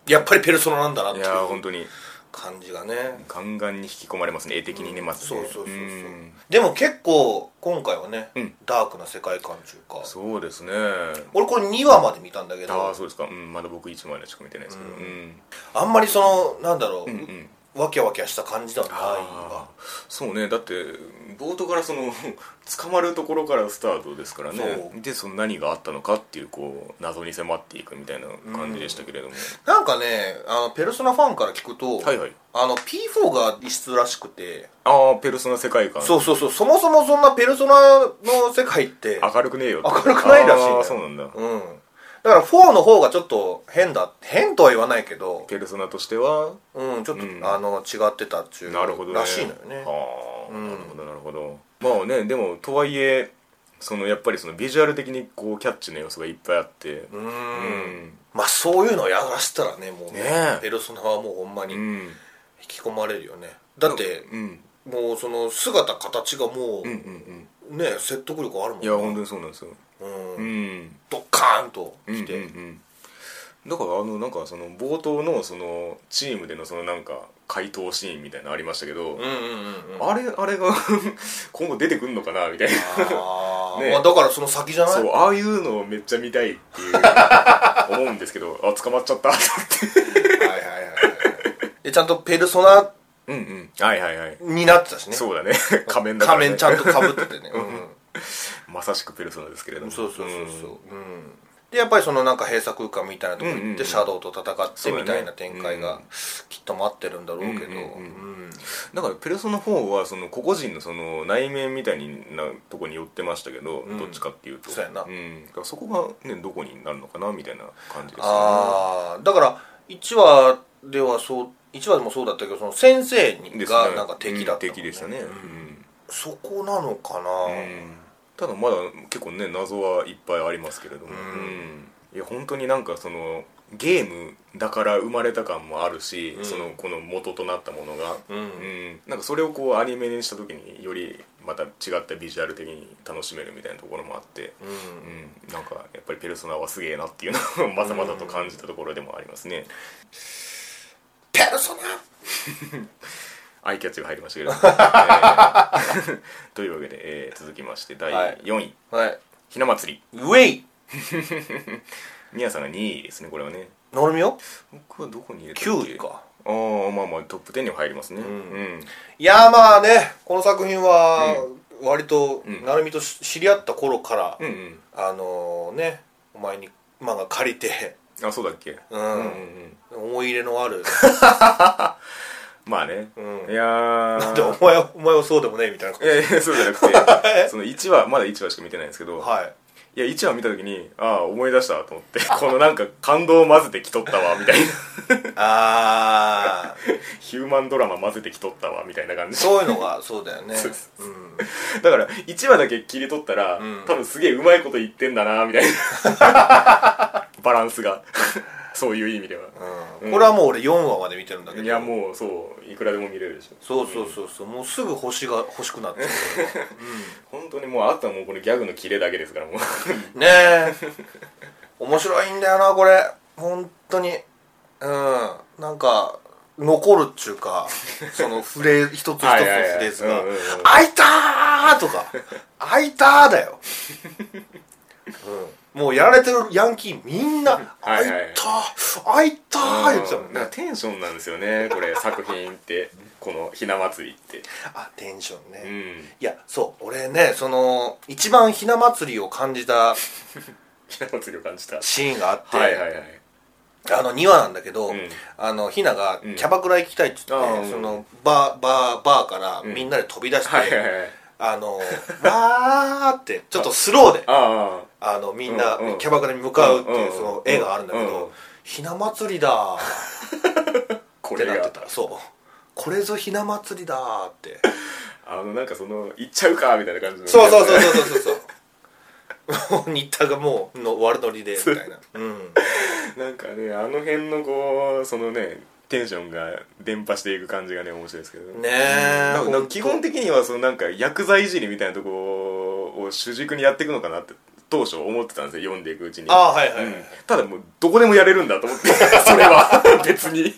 やっぱりペルソナなんだなっいていやーう本当に感じがねガンガンに引き込まれますね絵的にねまずそねうそうそうそう、んでも結構今回はね、うんダークな世界観というかそうですね俺これ2話まで見たんだけああどそうですか、うん、まだ僕一枚でしか見てないですけどうん、あんまりそのなんだろう、うんうんわきゃわきゃした感じではないあがーそうねだって冒頭からその [LAUGHS] 捕まるところからスタートですからねそでその何があったのかっていうこう謎に迫っていくみたいな感じでしたけれども、なんかねあのペルソナファンから聞くと、はいはいあの P4 が異質らしくて、ああペルソナ世界観そうそうそうそもそもそんなペルソナの世界って明るくねえよって明るくないらしいんだよあーそうなんだ、うんだから4の方がちょっと変だ変とは言わないけどペルソナとしてはうんちうょっと、んあの違ってたっちゅうなるほどねらしいのよねはあ、うんなるほどなるほどまあねでもとはいえそのやっぱりそのビジュアル的にこうキャッチの要素がいっぱいあってうんうんまあそういうのやらせたらねもうねねえペルソナはもうほんまにう引んき込まれるよねだってうんもうその姿形がもう、うんうんうんね説得力あるもんいや本当にそうなんですようんうんドッカーンと来て、うんうんうんだからあのなんかその冒頭のそのチームでのそのなんか回答シーンみたいなのありましたけど、うんうんうんうんあれあれが [LAUGHS] 今後出てくんのかなみたいなあー、ねまあ、だからその先じゃないそうああいうのをめっちゃ見たいっていう [LAUGHS] 思うんですけどあ捕まっちゃったと思ってはいはいはいはいでちゃんとペルソナうんうんはいはいはいになってたしねそうだ [LAUGHS] ね仮面だから、仮ね、面ちゃんとかぶっててね、 [LAUGHS] うまさしくペルソナですけれどもん、そうそうそうそう、うん、でやっぱりそのなんか閉鎖空間みたいなとこうんう行んっうんてシャドウと戦ってみたそいなうだね展開うがきっと待ってるんだろうけどうんうんうんうんだからペルソナ4はその個々人のその内面みたいなとこに寄ってましたけど、んどっちかっていうと、そうやなんだからそこがねどこになるのかなみたいな感じですよああだから1話ではそう1話でもそうだったけどその先生ねですねがなんか敵だったもんね、うん敵でしたね、そこなのかな、うんうんただまだ結構ね謎はいっぱいありますけれども、んうんいや本当になんかそのゲームだから生まれた感もあるし、そのこの元となったものが、うんうん、なんかそれをこうアニメにした時によりまた違ったビジュアル的に楽しめるみたいなところもあって、うんうん、なんかやっぱり「ペルソナ」はすげえなっていうのをまざまざと感じたところでもありますね、ペルソナアイキャッチが入りましたけれども、えー [LAUGHS] というわけで、えー続きまして第4位、はいひな祭りウェイ宮さんが2位ですねこれはねなるみよ僕はどこに入れたっけ9位かああまあまあトップ10には入りますねうんんいやーまあねこの作品は割とうんなるみとし知り合った頃から、うんうんあのねお前に漫画借りてあそうだっけうんうんうん思い入れのあるまあね、うんいやー [LAUGHS] でお前はお前はそうでもねえみたいないやいやそうじゃ [LAUGHS] なくてその1話まだ1話しか見てないんですけど、はいい、や1話見た時にああ思い出したと思って [LAUGHS] このなんか感動を混ぜてきとったわみたいな [LAUGHS] ああヒューマンドラマ混ぜてきとったわみたいな感じそういうのが [LAUGHS] そうだよねそうですうんだから1話だけ切り取ったら、うん多分すげえうまいこと言ってんだなみたいな [LAUGHS] バランスがそういう意味では、うんこれはもう俺4話まで見てるんだけどいやもうそういくらでも見れるでしょそうそうそうそうもうすぐ欲しが欲しくなってる俺は本当にもうあとはもうこれギャグのキレだけですからもううん [LAUGHS] ねえ面白いんだよなこれ本当にうんなんか残るっちゅう [LAUGHS] かそのフレーズ一つ一つのフはいはいはいレーズがうんうんうん「開いたー!」とか「開いたー!」だよ、うん、もうやられてるヤンキーみんな「はい開はいいはいたー開いたー!」言ってたもんなんねかテンションなんですよねこれ作品ってこのひな祭りってあテンションね、うんいやそう俺ねその一番ひな祭りを感じたひな祭りを感じたはシーンがあって、いはいはいあの2話なんだけど、うんあのひながうんキャバクラ行きたいっつって、あーそのバーバーバーからみんなで飛び出して、はいはいはいあのわーってちょっとスローでああのみんなうんうんキャバクラに向かうってうんいううんその絵があるんだけうんうんど「ひな祭りだー」あこってれなってがたそうこれぞひな祭りだー [LAUGHS] ってあのなんかその行っちゃうかみたいな感じのそうそうそうそうそうそうそうもう新田がもうの悪ノリでみたいなうんなんかねあの辺のこうそのねテンションが伝播していく感じがね面白いですけどねえなんかなんか基本的的にはそのなんか薬剤いじりみたいなとこを主軸にやっていくのかなって当初思ってたんですよ読んでいくうちにああはいはい、うんただもうどこでもやれるんだと思ってそれは [LAUGHS] 別に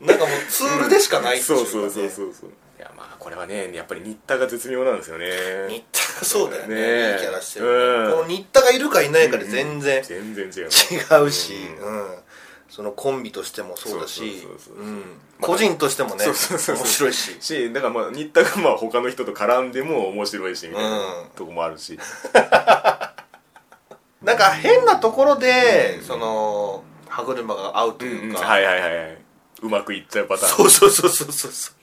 なんかもうツールでしかないっていそううそうそううかねそうそういやまあこれはねやっぱり新田が絶妙なんですよね新田がそうだよねねえいいキャラしてる、うんこの新田がいるかいないかで全然全然違う違うし、ううんそのコンビとしてもそうだしそうそうそうそううん個人としてもねそ面うそうそうそう白いししだからまあ新田がまあ他の人と絡んでも面白いしみたいなうんとこもあるしなんか変なところで、その歯車が合うというか、はいはいはいはいうまくいっちゃうパターンそうそうそうそうそうそう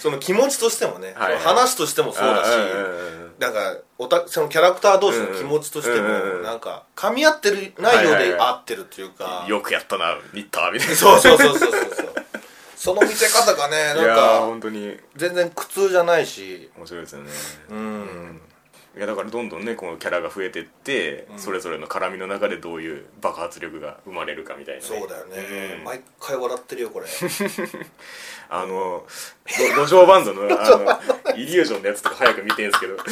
その気持ちとしてもね、はいはいその話としてもそうだし、んうんうんうんなんかおたそのキャラクター同士の気持ちとしても、うんうんうんなんか噛み合ってる内容はいはいではい合ってるっていうか、よくやったな新田みたいなそうそうそうそうそうそうその見せ方がねいなんやーか本当に全然苦痛じゃないし面白いですよねうんいやだからどんどんねこのキャラが増えてって、それぞれの絡みの中でどういう爆発力が生まれるかみたいなね、そうだよね、うん毎回笑ってるよこれあ [LAUGHS] のど路上バンドのあのイリュージョンのやつとか早く見てん [LAUGHS] すけども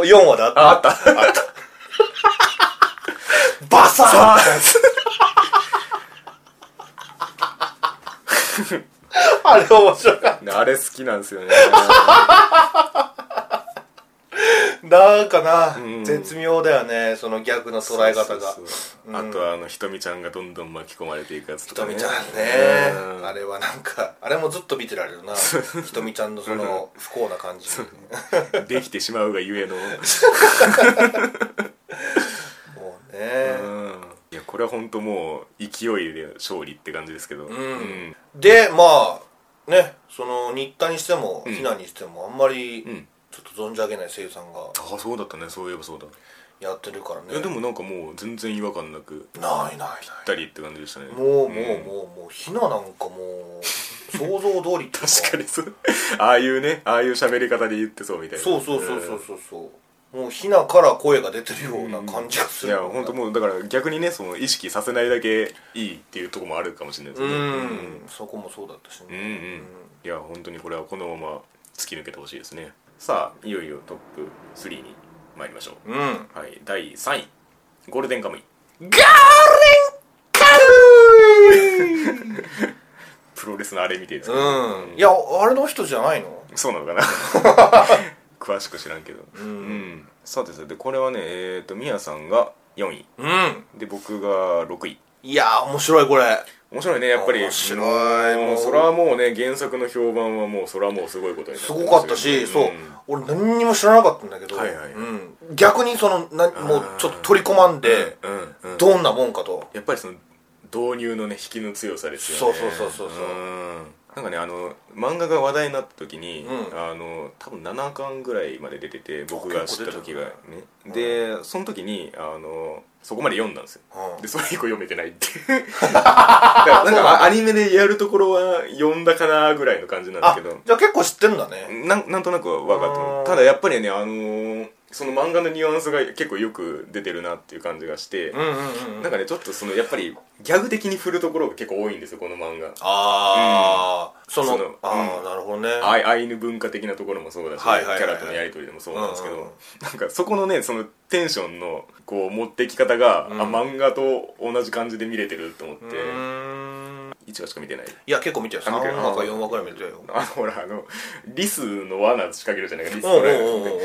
う4話だあったあったバサー [LAUGHS] あれ面白かっあれ好きなんですよねたなんかな、うん絶妙だよねその逆の捉え方がそうそうそうあとはあのひとみちゃんがどんどん巻き込まれていくやつとひかとねみちゃんうねんあれはなんかあれもずっと見てら [LAUGHS] れるなひとみちゃんのその不幸な感じできてしまうがゆえの、もうね、うんいやこれは本当もう勢いで勝利って感じですけどうんでまあねその新田にしてもんひなにしてもあんまりうんちょっと存じ上げない声優さんがああそうだったねそういえばそうだやってるからねいやでもなんかもう全然違和感なくないないなぴったりって感じでしたねいもうもうんもうもうひななんかもう想像通りっていう [LAUGHS] 確かにそうああいうねああいう喋り方で言ってそうみたいなそうそうそうそうそうそうもうひなから声が出てるような感じがすいるや本当もうだから逆にねその意識させないだけいいっていうところもあるかもしれないですうねんそこもそうだったしうんうん、ねいや本当にこれはこのまま突き抜けてほしいですねさあいよいよトップ3に参りましょう、うんガーレンはい第3位ゴールデンカムイカループプロレスのあれみたいですけどうん、いやあれの人じゃないのそうなのか [LAUGHS] な詳しく知らんけどうん、さてさてこれはねえっ、とみやさんが4位うんで僕が6位いやー面白いこれ面白いねやっぱり面白いもうもうそれはもうね原作の評判はもうそれはもうすごいことになすごかったし、そう、俺何にも知らなかったんだけど、はいはいうん、逆にそのなもうちょっと取り込まんで、うんうんうんどんなもんかとやっぱりその導入のね引きの強さですよそうねそうそうそうそうんなんかねあの漫画が話題になった時に、うんあの多分7巻ぐらいまで出てて僕あが知結っ構た時出てるがねで、その時にあのそこまで読んだんですよ、うんでそれ以降読めて [LAUGHS] ないっていうだからなんかアニメでやるところは読んだかなぐらいの感じなんだあけどじゃあ結構知ってんだね、なんなんとなくは分かってうもんただやっぱりねあのーその漫画のニュアンスが結構よく出てるなっていう感じがして、うんうんうんなんかねちょっとそのやっぱりギャグ的に振るところが結構多いんですよこの漫画ああ、そそののああ、うんなるほどねアイアイヌ文化的なところもそうだし、はいはいはいはいキャラとのやり取りでもそうなんですけど、うんうんうんなんかそこのねそのテンションのこう持ってき方が、あ漫画と同じ感じで見れてると思って、うーん一話しか見てないいや結構見てるあ3見てる話か4話くらい見てるよあのほらあのリスの罠仕掛けるじゃないかリスうんうんトライうんうんうん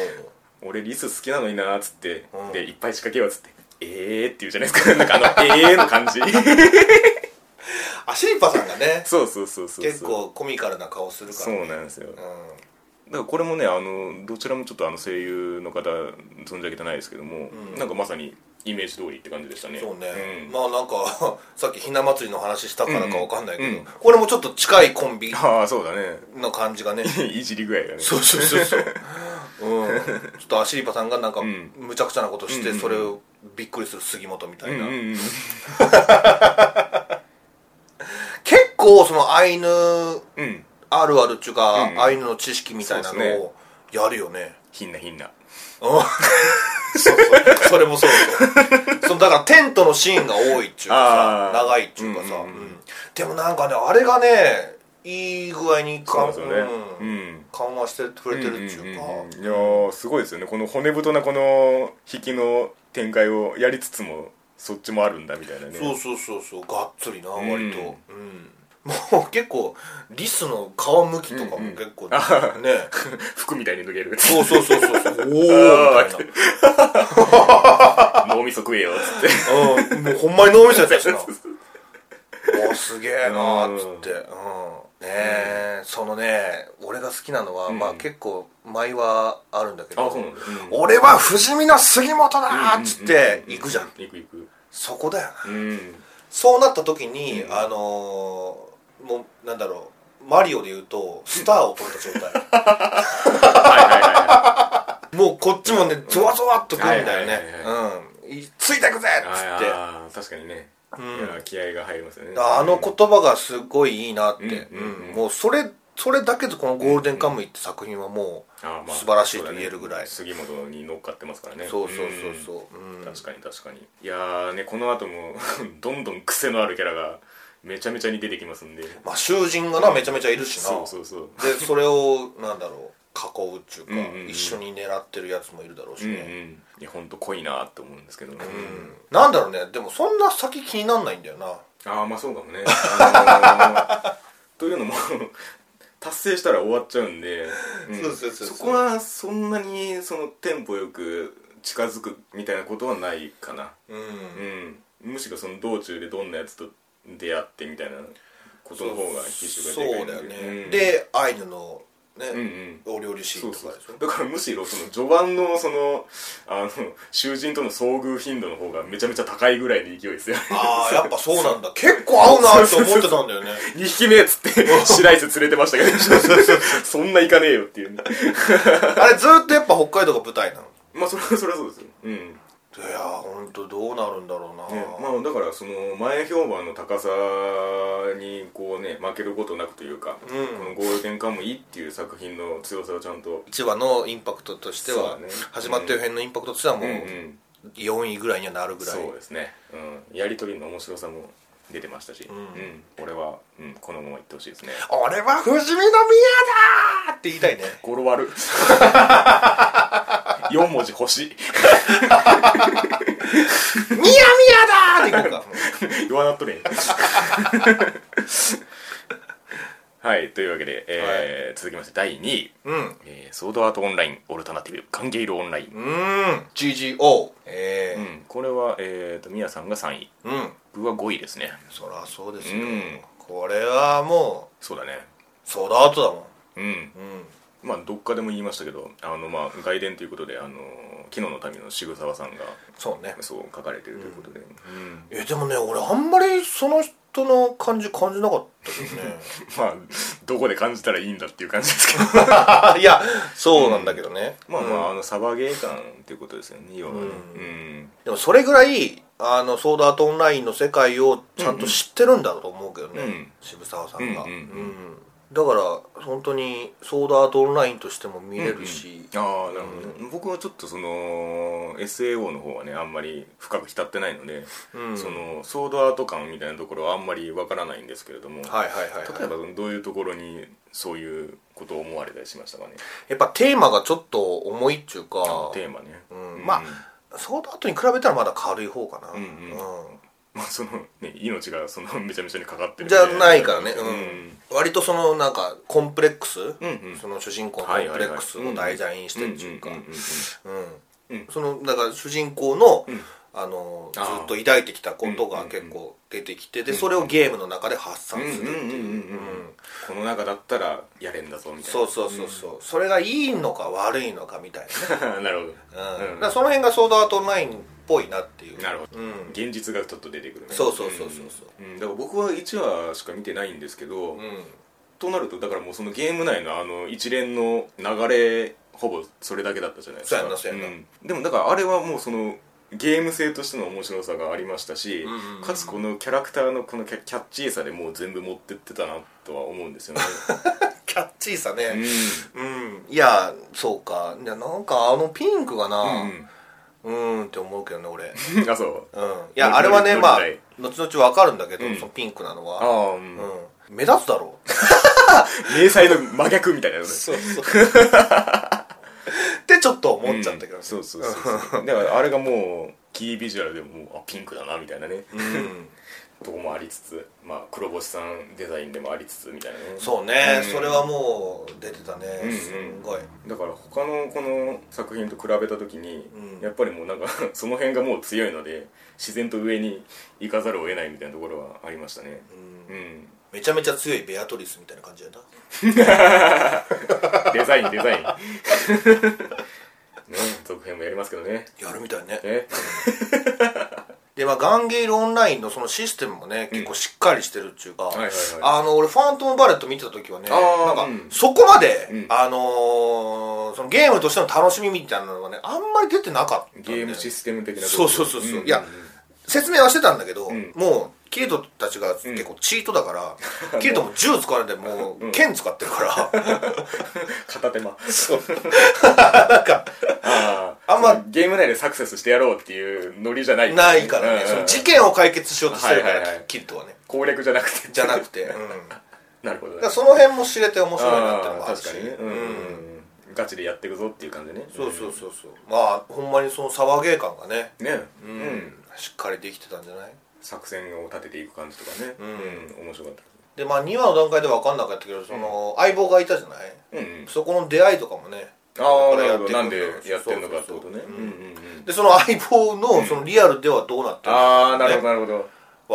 俺リス好きなのになーっつって、うんでいっぱい仕掛けようっつってえーって言うじゃないですかなんかあのえーの感 [LAUGHS] じあシリパさんがねそうそうそうそうそう結構コミカルな顔するからそうねなんですよ、うんだからこれもねあのどちらもちょっとあの声優の方存じ上げてないですけども、うんなんかまさにイメージ通りって感じでしたねそうね、ん [LAUGHS] まあなんか [LAUGHS] さっきひな祭りの話したからかわかんないけど、うんうんこれもちょっと近いコンビああそうだね [LAUGHS] の感じがねいじり具合がねそうそうそうそう、うん、ちょっとアシリパさんがなんかんむちゃくちゃなことして、うんうんそれをびっくりする杉本みたういんな、うんうん結構そのアイヌうんあるあるっていうか、うんアイヌの知識みたいなそうですのをやるよねひんなひんなうんそうそうそれもそう [LAUGHS] そうそのだからテントのシーンが多いっちゅうかさあー長いっちゅうかさ、うんうんうんうんでもなんかねあれがねいい具合にそうで緩すよねうんん緩和してくれてるっちゅうんか、んんいやーすごいですよねこの骨太なこの引きの展開をやりつつもそっちもあるんだみたいなねそうそうそうそうがっつりな割と、うん [LAUGHS] もう結構リスの皮むきとかも結構ね、服みたいに脱げるそうそうそうそうそうおおみたいな脳みそ食えよっつってうん、もうほんまに脳みそやったしなおーすげえなうんーっつって、うん、ねえ、そのね俺が好きなのは、まあ結構前はあるんだけどあそうなんだうん俺は不死身の杉本だーっつって行くじゃん、行く行くそこだよなうんそうなった時に、うんあのー、もうなんだろうマリオで言うとスターを取れた状態 [LAUGHS] はいはいはいはいもうこっちもねゾワゾワっとくるんだよねはいはうんいついてくぜっつってああ確かにね、いや気合が入りますよねあの言葉がすごいいいなって、うんうんうんうんもうそれそれだけでこの「ゴールデンカムイ」って作品はもうあーまあ素晴らしいと言えるぐらいそうだね杉本に乗っかってますからねそうそうそうそう、うんん確かに確かにいやーねこの後も [LAUGHS] どんどん癖のあるキャラがめちゃめちゃに出てきますんでまあ囚人がなめちゃめちゃいるしなそうそうそうでそれをなんだろう囲うっていうか、うんうんうん一緒に狙ってるやつもいるだろうしうんうね、んいやほんと濃いなと思うんですけどね、うんなんだろうねでもそんな先気になんないんだよなああまあそうかもね、あのー [LAUGHS] というのも達成したら終わっちゃうんで、んそうそうそうそうこはそんなにそのテンポよく近づくみたいなことはないかなううん、んむしろその道中でどんなやつと出会ってみたいなことの方が必修がでかいそんうでだよね、うんでアイヌのね、うんうんお料理シーそンうとそかうでしょだからむしろその序盤のそのあの囚人との遭遇頻度の方がめちゃめちゃ高いぐらいの勢いですよああやっぱそうなんだ結構合うなって思ってたんだよね2匹目っつって [LAUGHS] 白石連れてましたけどそんな行かねえよっていうねあれずーっとやっぱ北海道が舞台なのまあそれはそれはそうですようんいやー本当どうなるんだろうな、ねまあ、だからその前評判の高さにこうね負けることなくというか、うんこの「ゴールデンカムイ」っていう作品の強さをちゃんと1話のインパクトとしてそは、うだね始まってる辺のインパクトとしてはもううんうん4位ぐらいにはなるぐらい、そうですね、うん、やり取りの面白さも出てましたし、うん俺は、うん、このままいってほしいですね俺は不死身の宮だーって言いたいね語呂 [LAUGHS] 悪4文字星宮宮 [LAUGHS] だーって言こうか言わなっとれんはいというわけで、えー続きまして第2位、うんえーソードアートオンラインオルタナティブ歓迎色オンライン、うん GGO えうえん、これはえーとミヤさんが3位うん、僕は5位ですねそりゃそうですよ、うんこれはもそうだねうソードアートだもんうんうんまあどっかでも言いましたけどあのまあ外伝ということであの昨日の民の渋沢さんがそうねそう書かれてるということで、うんえでもね俺あんまりその人の感じ感じなかった [LAUGHS] けどね [LAUGHS] まあどこで感じたらいいんだっていう感じですけどあいやそうなんだけどね、まあまうんああのサバゲー感っていうことですよね要はねうんでもそれぐらいあのソードアートオンラインの世界をちゃんと知ってるんだと思うけどね、うん渋沢さんが、うんうんうんうんだから本当にソードアートオンラインとしても見れるし、ああなるほどね、僕はちょっとその SAO の方はねあんまり深く浸ってないので、うんそのソードアート感みたいなところはあんまりわからないんですけれども、はいはいはい、はい、例えばどういうところにそういうことを思われたりしましたかねやっぱテーマがちょっと重いっていうかテーマね、うんまあソードアートに比べたらまだ軽い方かな、うんうんまあそのね命がそのめちゃめちゃにかかってるじゃないからね、ううんん割とそのなんかコンプレックス、うんうんその主人公のコンプレックスを題材にしてるっていうかうんうんうんうんうんうんそのだから主人公の、んあのずあーっと抱いてきたことが結構出てきてでそれをゲームの中で発散するっていううんうんうんうんうんうんこの中だったらやれんだぞみたいなそうそうそうそうそれがいいのか悪いのかみたういん [LAUGHS] なるほどなね、うんうんだからその辺がソードアートオンラインっぽいなっていうなるほど、うん現実がちょっと出てくるねそうそうそうそうそうん、うんだから僕は1話しか見てないんですけど、うんとなるとだからもうそのゲーム内のあの一連の流れほぼそれだけだったじゃないですかそうやんなそうやんなんでもだからあれはもうそのゲーム性としての面白さがありましたし、んうんうんかつこのキャラクターのこのキャキャッチーさでもう全部持ってってたなとは思うん [LAUGHS] ですよね、キャッチーさね、うんうん、いやそうかいやなんかあのピンクがなうんうんーんって思うけどね俺、うん、いうん、あそうやあれはね乗りまあ乗り後々わかるんだけど、うんそのピンクなのあは、あうんうん、目立つだろう迷彩の真逆みたいなのねうそうってちょっと思っちゃったけど、うねんそうそうそう [LAUGHS] そうだからあれがもうキービジュアルでももうあピンクだなみたいなね、うんとこもありつつ、まあ、黒星さんデザインでもありつつみたいなねそうね、うんそれはもう出てたね、うんうんすんごいだから他のこの作品と比べた時に、うんやっぱりもうなんか [LAUGHS] その辺がもう強いので自然と上に行かざるを得ないみたいなところはありましたねうん、めちゃめちゃ強いベアトリスみたいな感じやなデザインデザ [LAUGHS] インね続編もやりますけどねやるみたいねねでまあガンゲールオンラインのそのシステムもね結構しっかりしてるっていうか、いはいはいあの俺ファントムバレット見てた時はねあーなんかうんそこまで、うんあのーそのゲームとしての楽しみみたいなのがねあんまり出てなかったんだよねゲームシステム的なそうそうそうそう、んいや説明はしてたんだけど、んもうキリトたちが結構チートだ [LAUGHS] から、キリトも銃使われてもう剣使ってるから片手間そうあああんまそのゲーム内でサクセスしてやろうっていうノリじゃないないからね、うんその事件を解決しようとしてるから、はいはいはいキリトはね攻略じゃなくてじゃなくて、うん、だかなるほどねらその辺も知れて面白いなってのもああーる確しかにねうん、ガチでやっていくぞっていう感じねそうそうそうそうまあほんまにその騒げ感がね、ねう、うんしっかりできてたんじゃない作戦を立てていく感じとかねうん、面白かっでまあ2話の段階では分かんなかったけどその相棒がいたじゃない、たうん、うん、そこの出会いとかもねああこれなやるってほいどくんだなんでやってんのかってことねうそうそうそうんうんうんでその相棒のそのリアルではどうなってるのああかなるほねどなるほど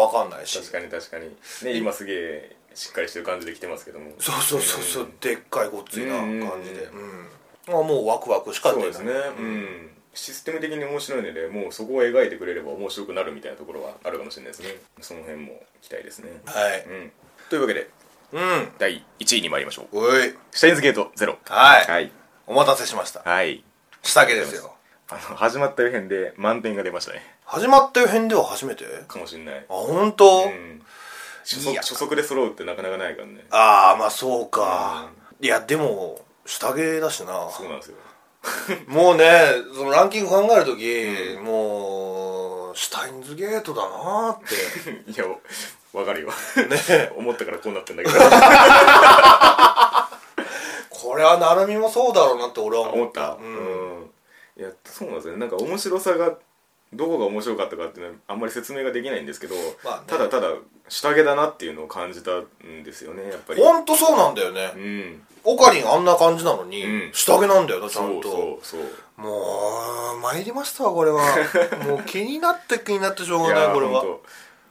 分かんないし確かに確かにね今すげえしっかりしてる感じで来てますけどもそうそうそうそう、でっかいごっついなうん感じでうん、まあ、もうワクワクしか出そうないですね、うん、システム的に面白いのでもうそこを描いてくれれば面白くなるみたいなところはあるかもしれないですねその辺も期待ですね、はいうん、というわけでうん第1位に参りましょうおいシュタインズゲートゼロはい、はいお待たせしましたはい下着ですよあの始まった予変で満点が出ましたね始まった予編では初めてあかもしれない本当、うん初速いや初速で揃うってなかなかないからねああまあそうか、いやでも下着だしなそうなんですよ [LAUGHS] もうねそのランキング考える時、もうシュタインズゲートだなーって [LAUGHS] いやわかるよ [LAUGHS] ね思ったからこうなってんだけどこれは成美もそうだろうなって俺は思思っったたうんいやそうなんですよねなんか面白さがどこが面白かったかっていうのはあんまり説明ができないんですけど、まあねただただ下着だなっていうのを感じたんですよねやっぱりほんとそうなんだよね、うんオカリンあんな感じなのに、うん下着なんだよなちゃそんうとそうそうもう参りましたわこれ [LAUGHS] はもう気になって気になってしょうがないーこれはほんと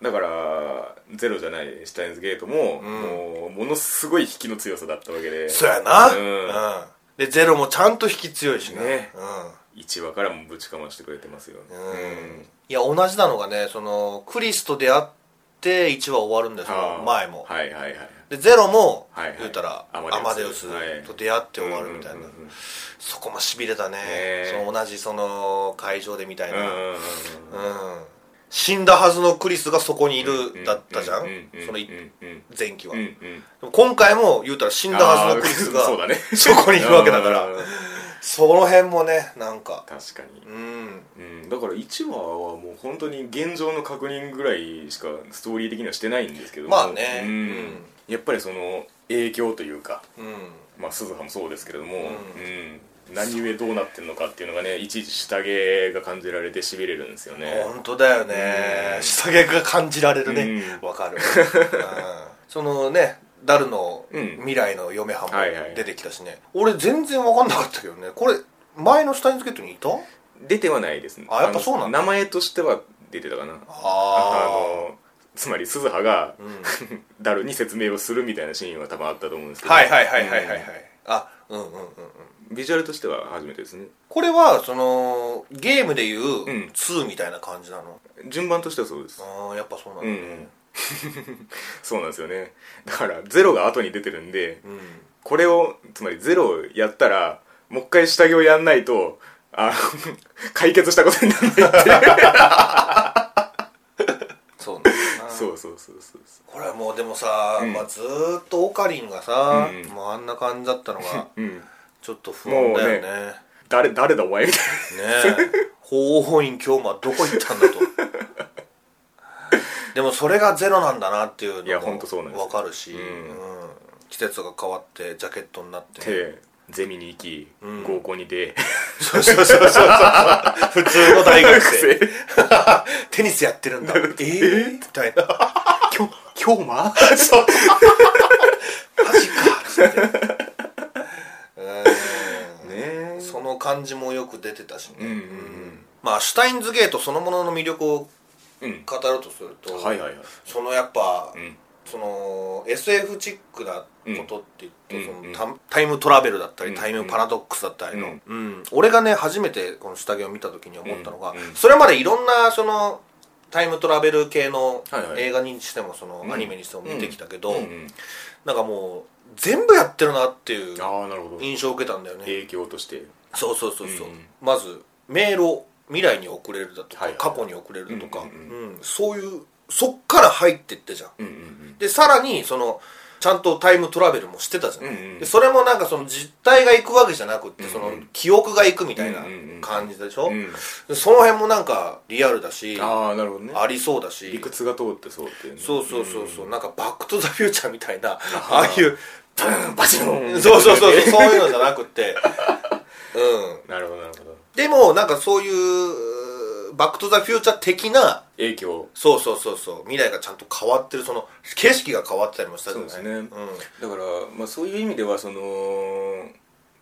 だからゼロじゃないシュタインズゲートも、んもうものすごい引きの強さだったわけでそうやな、うんうんでゼロもちゃんと引き強いしねねうん1話からもぶちかましてくれてますよ、うんいや同じなのがねそのクリスと出会って1話終わるんですよあー前も、はいはいはいでゼロも、はいはい言うたらアアマデウスマデウスと出会って終わるみたいな、うんうんうんうんそこもしびれたね、えその同じその会場でみたいな、うんうんうんうん死んだはずのクリスがそこにいうんるだったじゃんうううそのうんうん前期は、うんうでんも今回も言うたら死んだはずのクリスがあーそうだね [LAUGHS] そこにいるわけだからうんうんうんその辺もねなんか確かにうんうん、だから1話はもう本当に現状の確認ぐらいしかストーリー的にはしてないんですけどもまあねうんうんやっぱりその影響というか、うんまあ、鈴葉もそうですけれども、うんん何故どうなってんのかっていうのがねいちいち下着が感じられてしびれるんですよね本当だよねうん下着が感じられるねうんわ、かる、うんそのねダルのうん未来の嫁ははいはいんも出てきたしね、俺全然わかんなかったけどねこれ前のスタインズゲットにいた出てはないですねあやっぱそうなんだあの名前としては出てたかなあのつまり鈴葉が、うんダルに説明をするみたいなシーンは多分あったと思うんですけどはいはいはいはいはいはい、うんあうんうんうんうんビジュアルとしては初めてですねこれはそのゲームでいうんう2みたいな感じなの、順番としてはそうですああやっぱそうなんだうんうねんそうなんですよねだからゼロが後に出てるんでうん、これをつまりゼロをやったらもう一回下着をやんないとあ [LAUGHS] 解決したことにならないっていうそ [LAUGHS] うなんだなそうそうそうそうそこれもうでもさ、うんまあ、ずーっとオカリンがさ、うんうんもうあんな感じだったのがううんちょっと不安だよねも誰誰だお前みたいねえ法法院京馬どこ行った [LAUGHS] んだとでもそれがゼロなんだなっていういやのほんとそうなんですも分かるし、うんうん季節が変わってジャケットになってなでゼミに行き、うん合コンに出そうそうそうそう [LAUGHS] そう普通の大学生テニスやってる [LAUGHS] んだえー、みたいな今日今日まそう。マジかつって。うねんその感じもよく出てたしね、うんうんうんまあシュタインズゲートそのものの魅力をうん語るとすると、はいはいはいそのやっぱ、うんその SF チックなことって言って、うんうんそのタタイムトラベルだったり、うんタイムパラドックスだったりの、うんうん俺がね初めてこの下着を見た時に思ったのが、うんうんそれまでいろんなそのタイムトラベル系のはいはい映画にしてもその、うんアニメにしても見てきたけど、うんうんなんかもう全部やってるなっていうああなるほど印象を受けたんだよね影響としてそうそうそうそう、うんうんまずメールを未来に送れるだとか、はいはい過去に送れるだとうか、うんうんんそういうそっから入ってってじゃんうんうんでさらにそのちゃんとタイムトラベルもしてたじゃん、うんうんでそれもなんかその実体が行くわけじゃなくって、うんうんその記憶が行くみたいなうんうんうん感じでしょ、うんでその辺もなんかリアルだしうんああなるほどねありそうだし理屈が通ってそうっていうねそうそうそうそう、なんかバック・トゥ・ザ・フューチャーみたいなあーあいうブーンバチー [LAUGHS] ンそうそうそうそうそういうのじゃなくてうんなるほどなるほどでもなんかそういうバック・トゥ・ザ・フューチャー的な影響そうそうそうそう未来がちゃんと変わってるその景色が変わってたりもしたじゃないそうですねん、だから、まあ、そういう意味ではその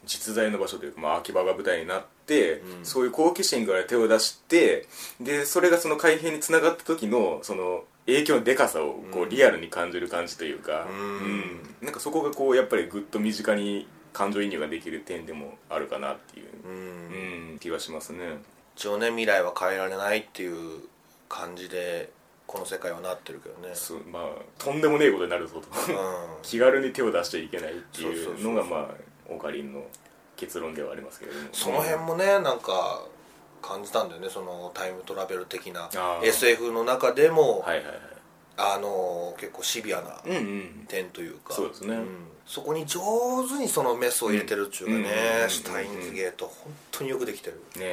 実在の場所というか、まあ、秋葉が舞台になって、うんそういう好奇心から手を出してでそれがその改変につながった時のその影響のでかさをこううんリアルに感じる感じというか、うんなんかそこがこうやっぱりぐっと身近に感情移入ができる点でもあるかなっていう、うんうん気はしますね。一応ね未来は変えられないっていう感じでこの世界はなってるけどねそうまあ、とんでもねえことになるぞと [LAUGHS] う気軽に手を出しちゃいけないっていうのがそうそうそうそうまあオカリンの結論ではありますけれどもんその辺もねなんか感じたんだよねそのタイムトラベル的なあー SF の中でも、はいはいはいあの結構シビアなうんうん点というかそうですねんそこに上手にそのメスを入れてるっていうかねうん、うんシュタインズゲート本当によくできてる、ね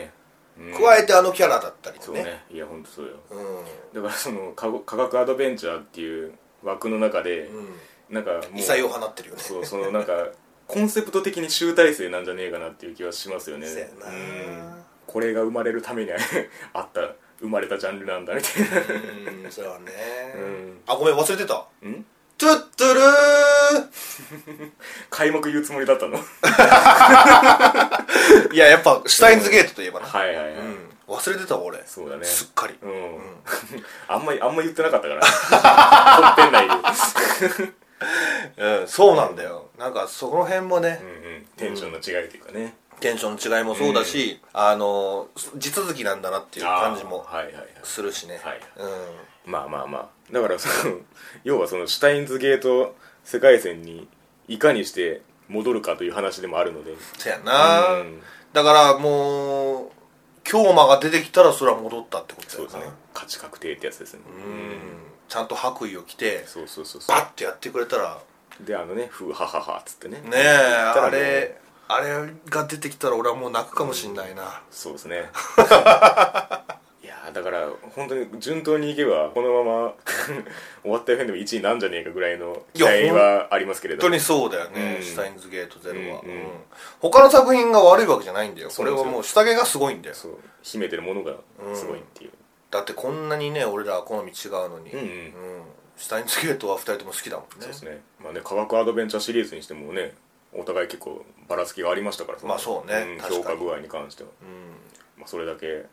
うん加えてあのキャラだったりそとうねねいや本当そうようんだからその科科学アドベンチャーっていう枠の中で、なんかも異彩を放ってるよねそうそのなんかコンセプト的に集大成なんじゃねえかなっていう気はしますよねそうやなうんこれが生まれるためにあった生まれたジャンルなんだみたいな [LAUGHS] うんそれはね、んあごめん忘れてたんトゥットゥル開幕言うつもりだった [LAUGHS] のーいややっぱシュタインズゲートといえばな、はいはいはい、うん、忘れてたわ俺そうだねすっかりうん [LAUGHS] あんまりあんま言ってなかったから [LAUGHS] 本編内でうんそうなんだよなんかその辺もね、うん、うん、テンションの違いというかね、テンションの違いもそうだし、あの地続きなんだなっていうあー感じもはいはいはいするしね、はいうんまあまあまあだからその [LAUGHS] 要はそのシュタインズゲート世界線にいかにして戻るかという話でもあるのでそやな、うんだからもう京馬が出てきたらそれは戻ったってことだそうよですねな価値確定ってやつですねううんちゃんと白衣を着てそうそうそうそバッてやってくれたらうであのね「ふうははは」っつってねねえたらもうあれあれが出てきたら俺はもう泣くかもしんないな、そうですね [LAUGHS] いやーだから本当に順当にいけばこのま [LAUGHS] ま終わった予選でも1位なんじゃねえかぐらいの期い待やはありますけれ本当どにそうだよね、うんシュタインズゲートゼロは、うんうんうん他の作品が悪いわけじゃないんだよそうこれなんですよはもう下着がすごいんだよそう秘めてるものがすごいっていう、だってこんなにね俺らは好み違うのに、うんうんシュタインズゲートは2人とも好きだもんねそうですねまあね科学アドベンチャーシリーズにしてもねお互い結構ばらつきがありましたからのまあそうねん確か評に価具合に関しては、うんまあ、それだけ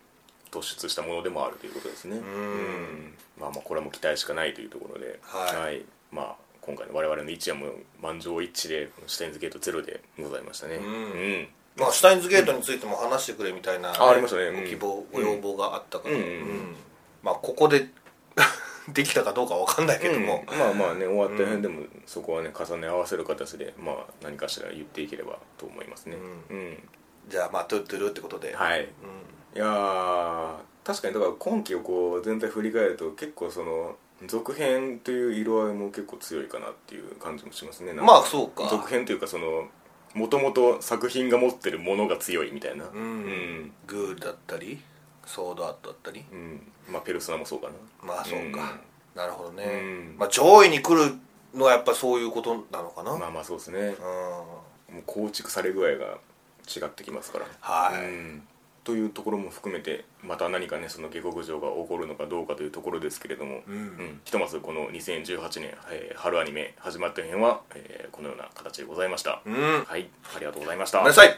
突出したものでもあるということですねうんまあまあこれはもう期待しかないというところではいまあ今回の我々の一夜も満場一致でこのシュタインズゲートゼロでございましたねうん、まあ、シュタインズゲートについても話してくれみたいな、あありましたねうんご希望、ご要望があったから、うんうんうんまあ、ここで [LAUGHS] できたかどうかわかんないけども、まあまあね終わった辺でもそこはね重ね合わせる形でまあ何かしら言っていければと思いますねうん、じゃあまあトゥットゥルってことで、はい、いやー確かにだから今期をこう全体振り返ると結構その続編という色合いも結構強いかなっていう感じもしますねなんかまあそうか続編というかそのもともと作品が持ってるものが強いみたいなうんん、グールだったりソードアートだったりうんまあペルソナもそうかなまあそうか、なるほどね、うんまあ、上位に来るのはやっぱそういうことなのかな、まあまあそうですねうんもう構築され具合が違ってきますからはいうんというところも含めてまた何かねその下克上が起こるのかどうかというところですけれども、んひとまずこの2018年、えー春アニメ始まった編は、えーこのような形でございました、うんはいありがとうございましたごめんなさい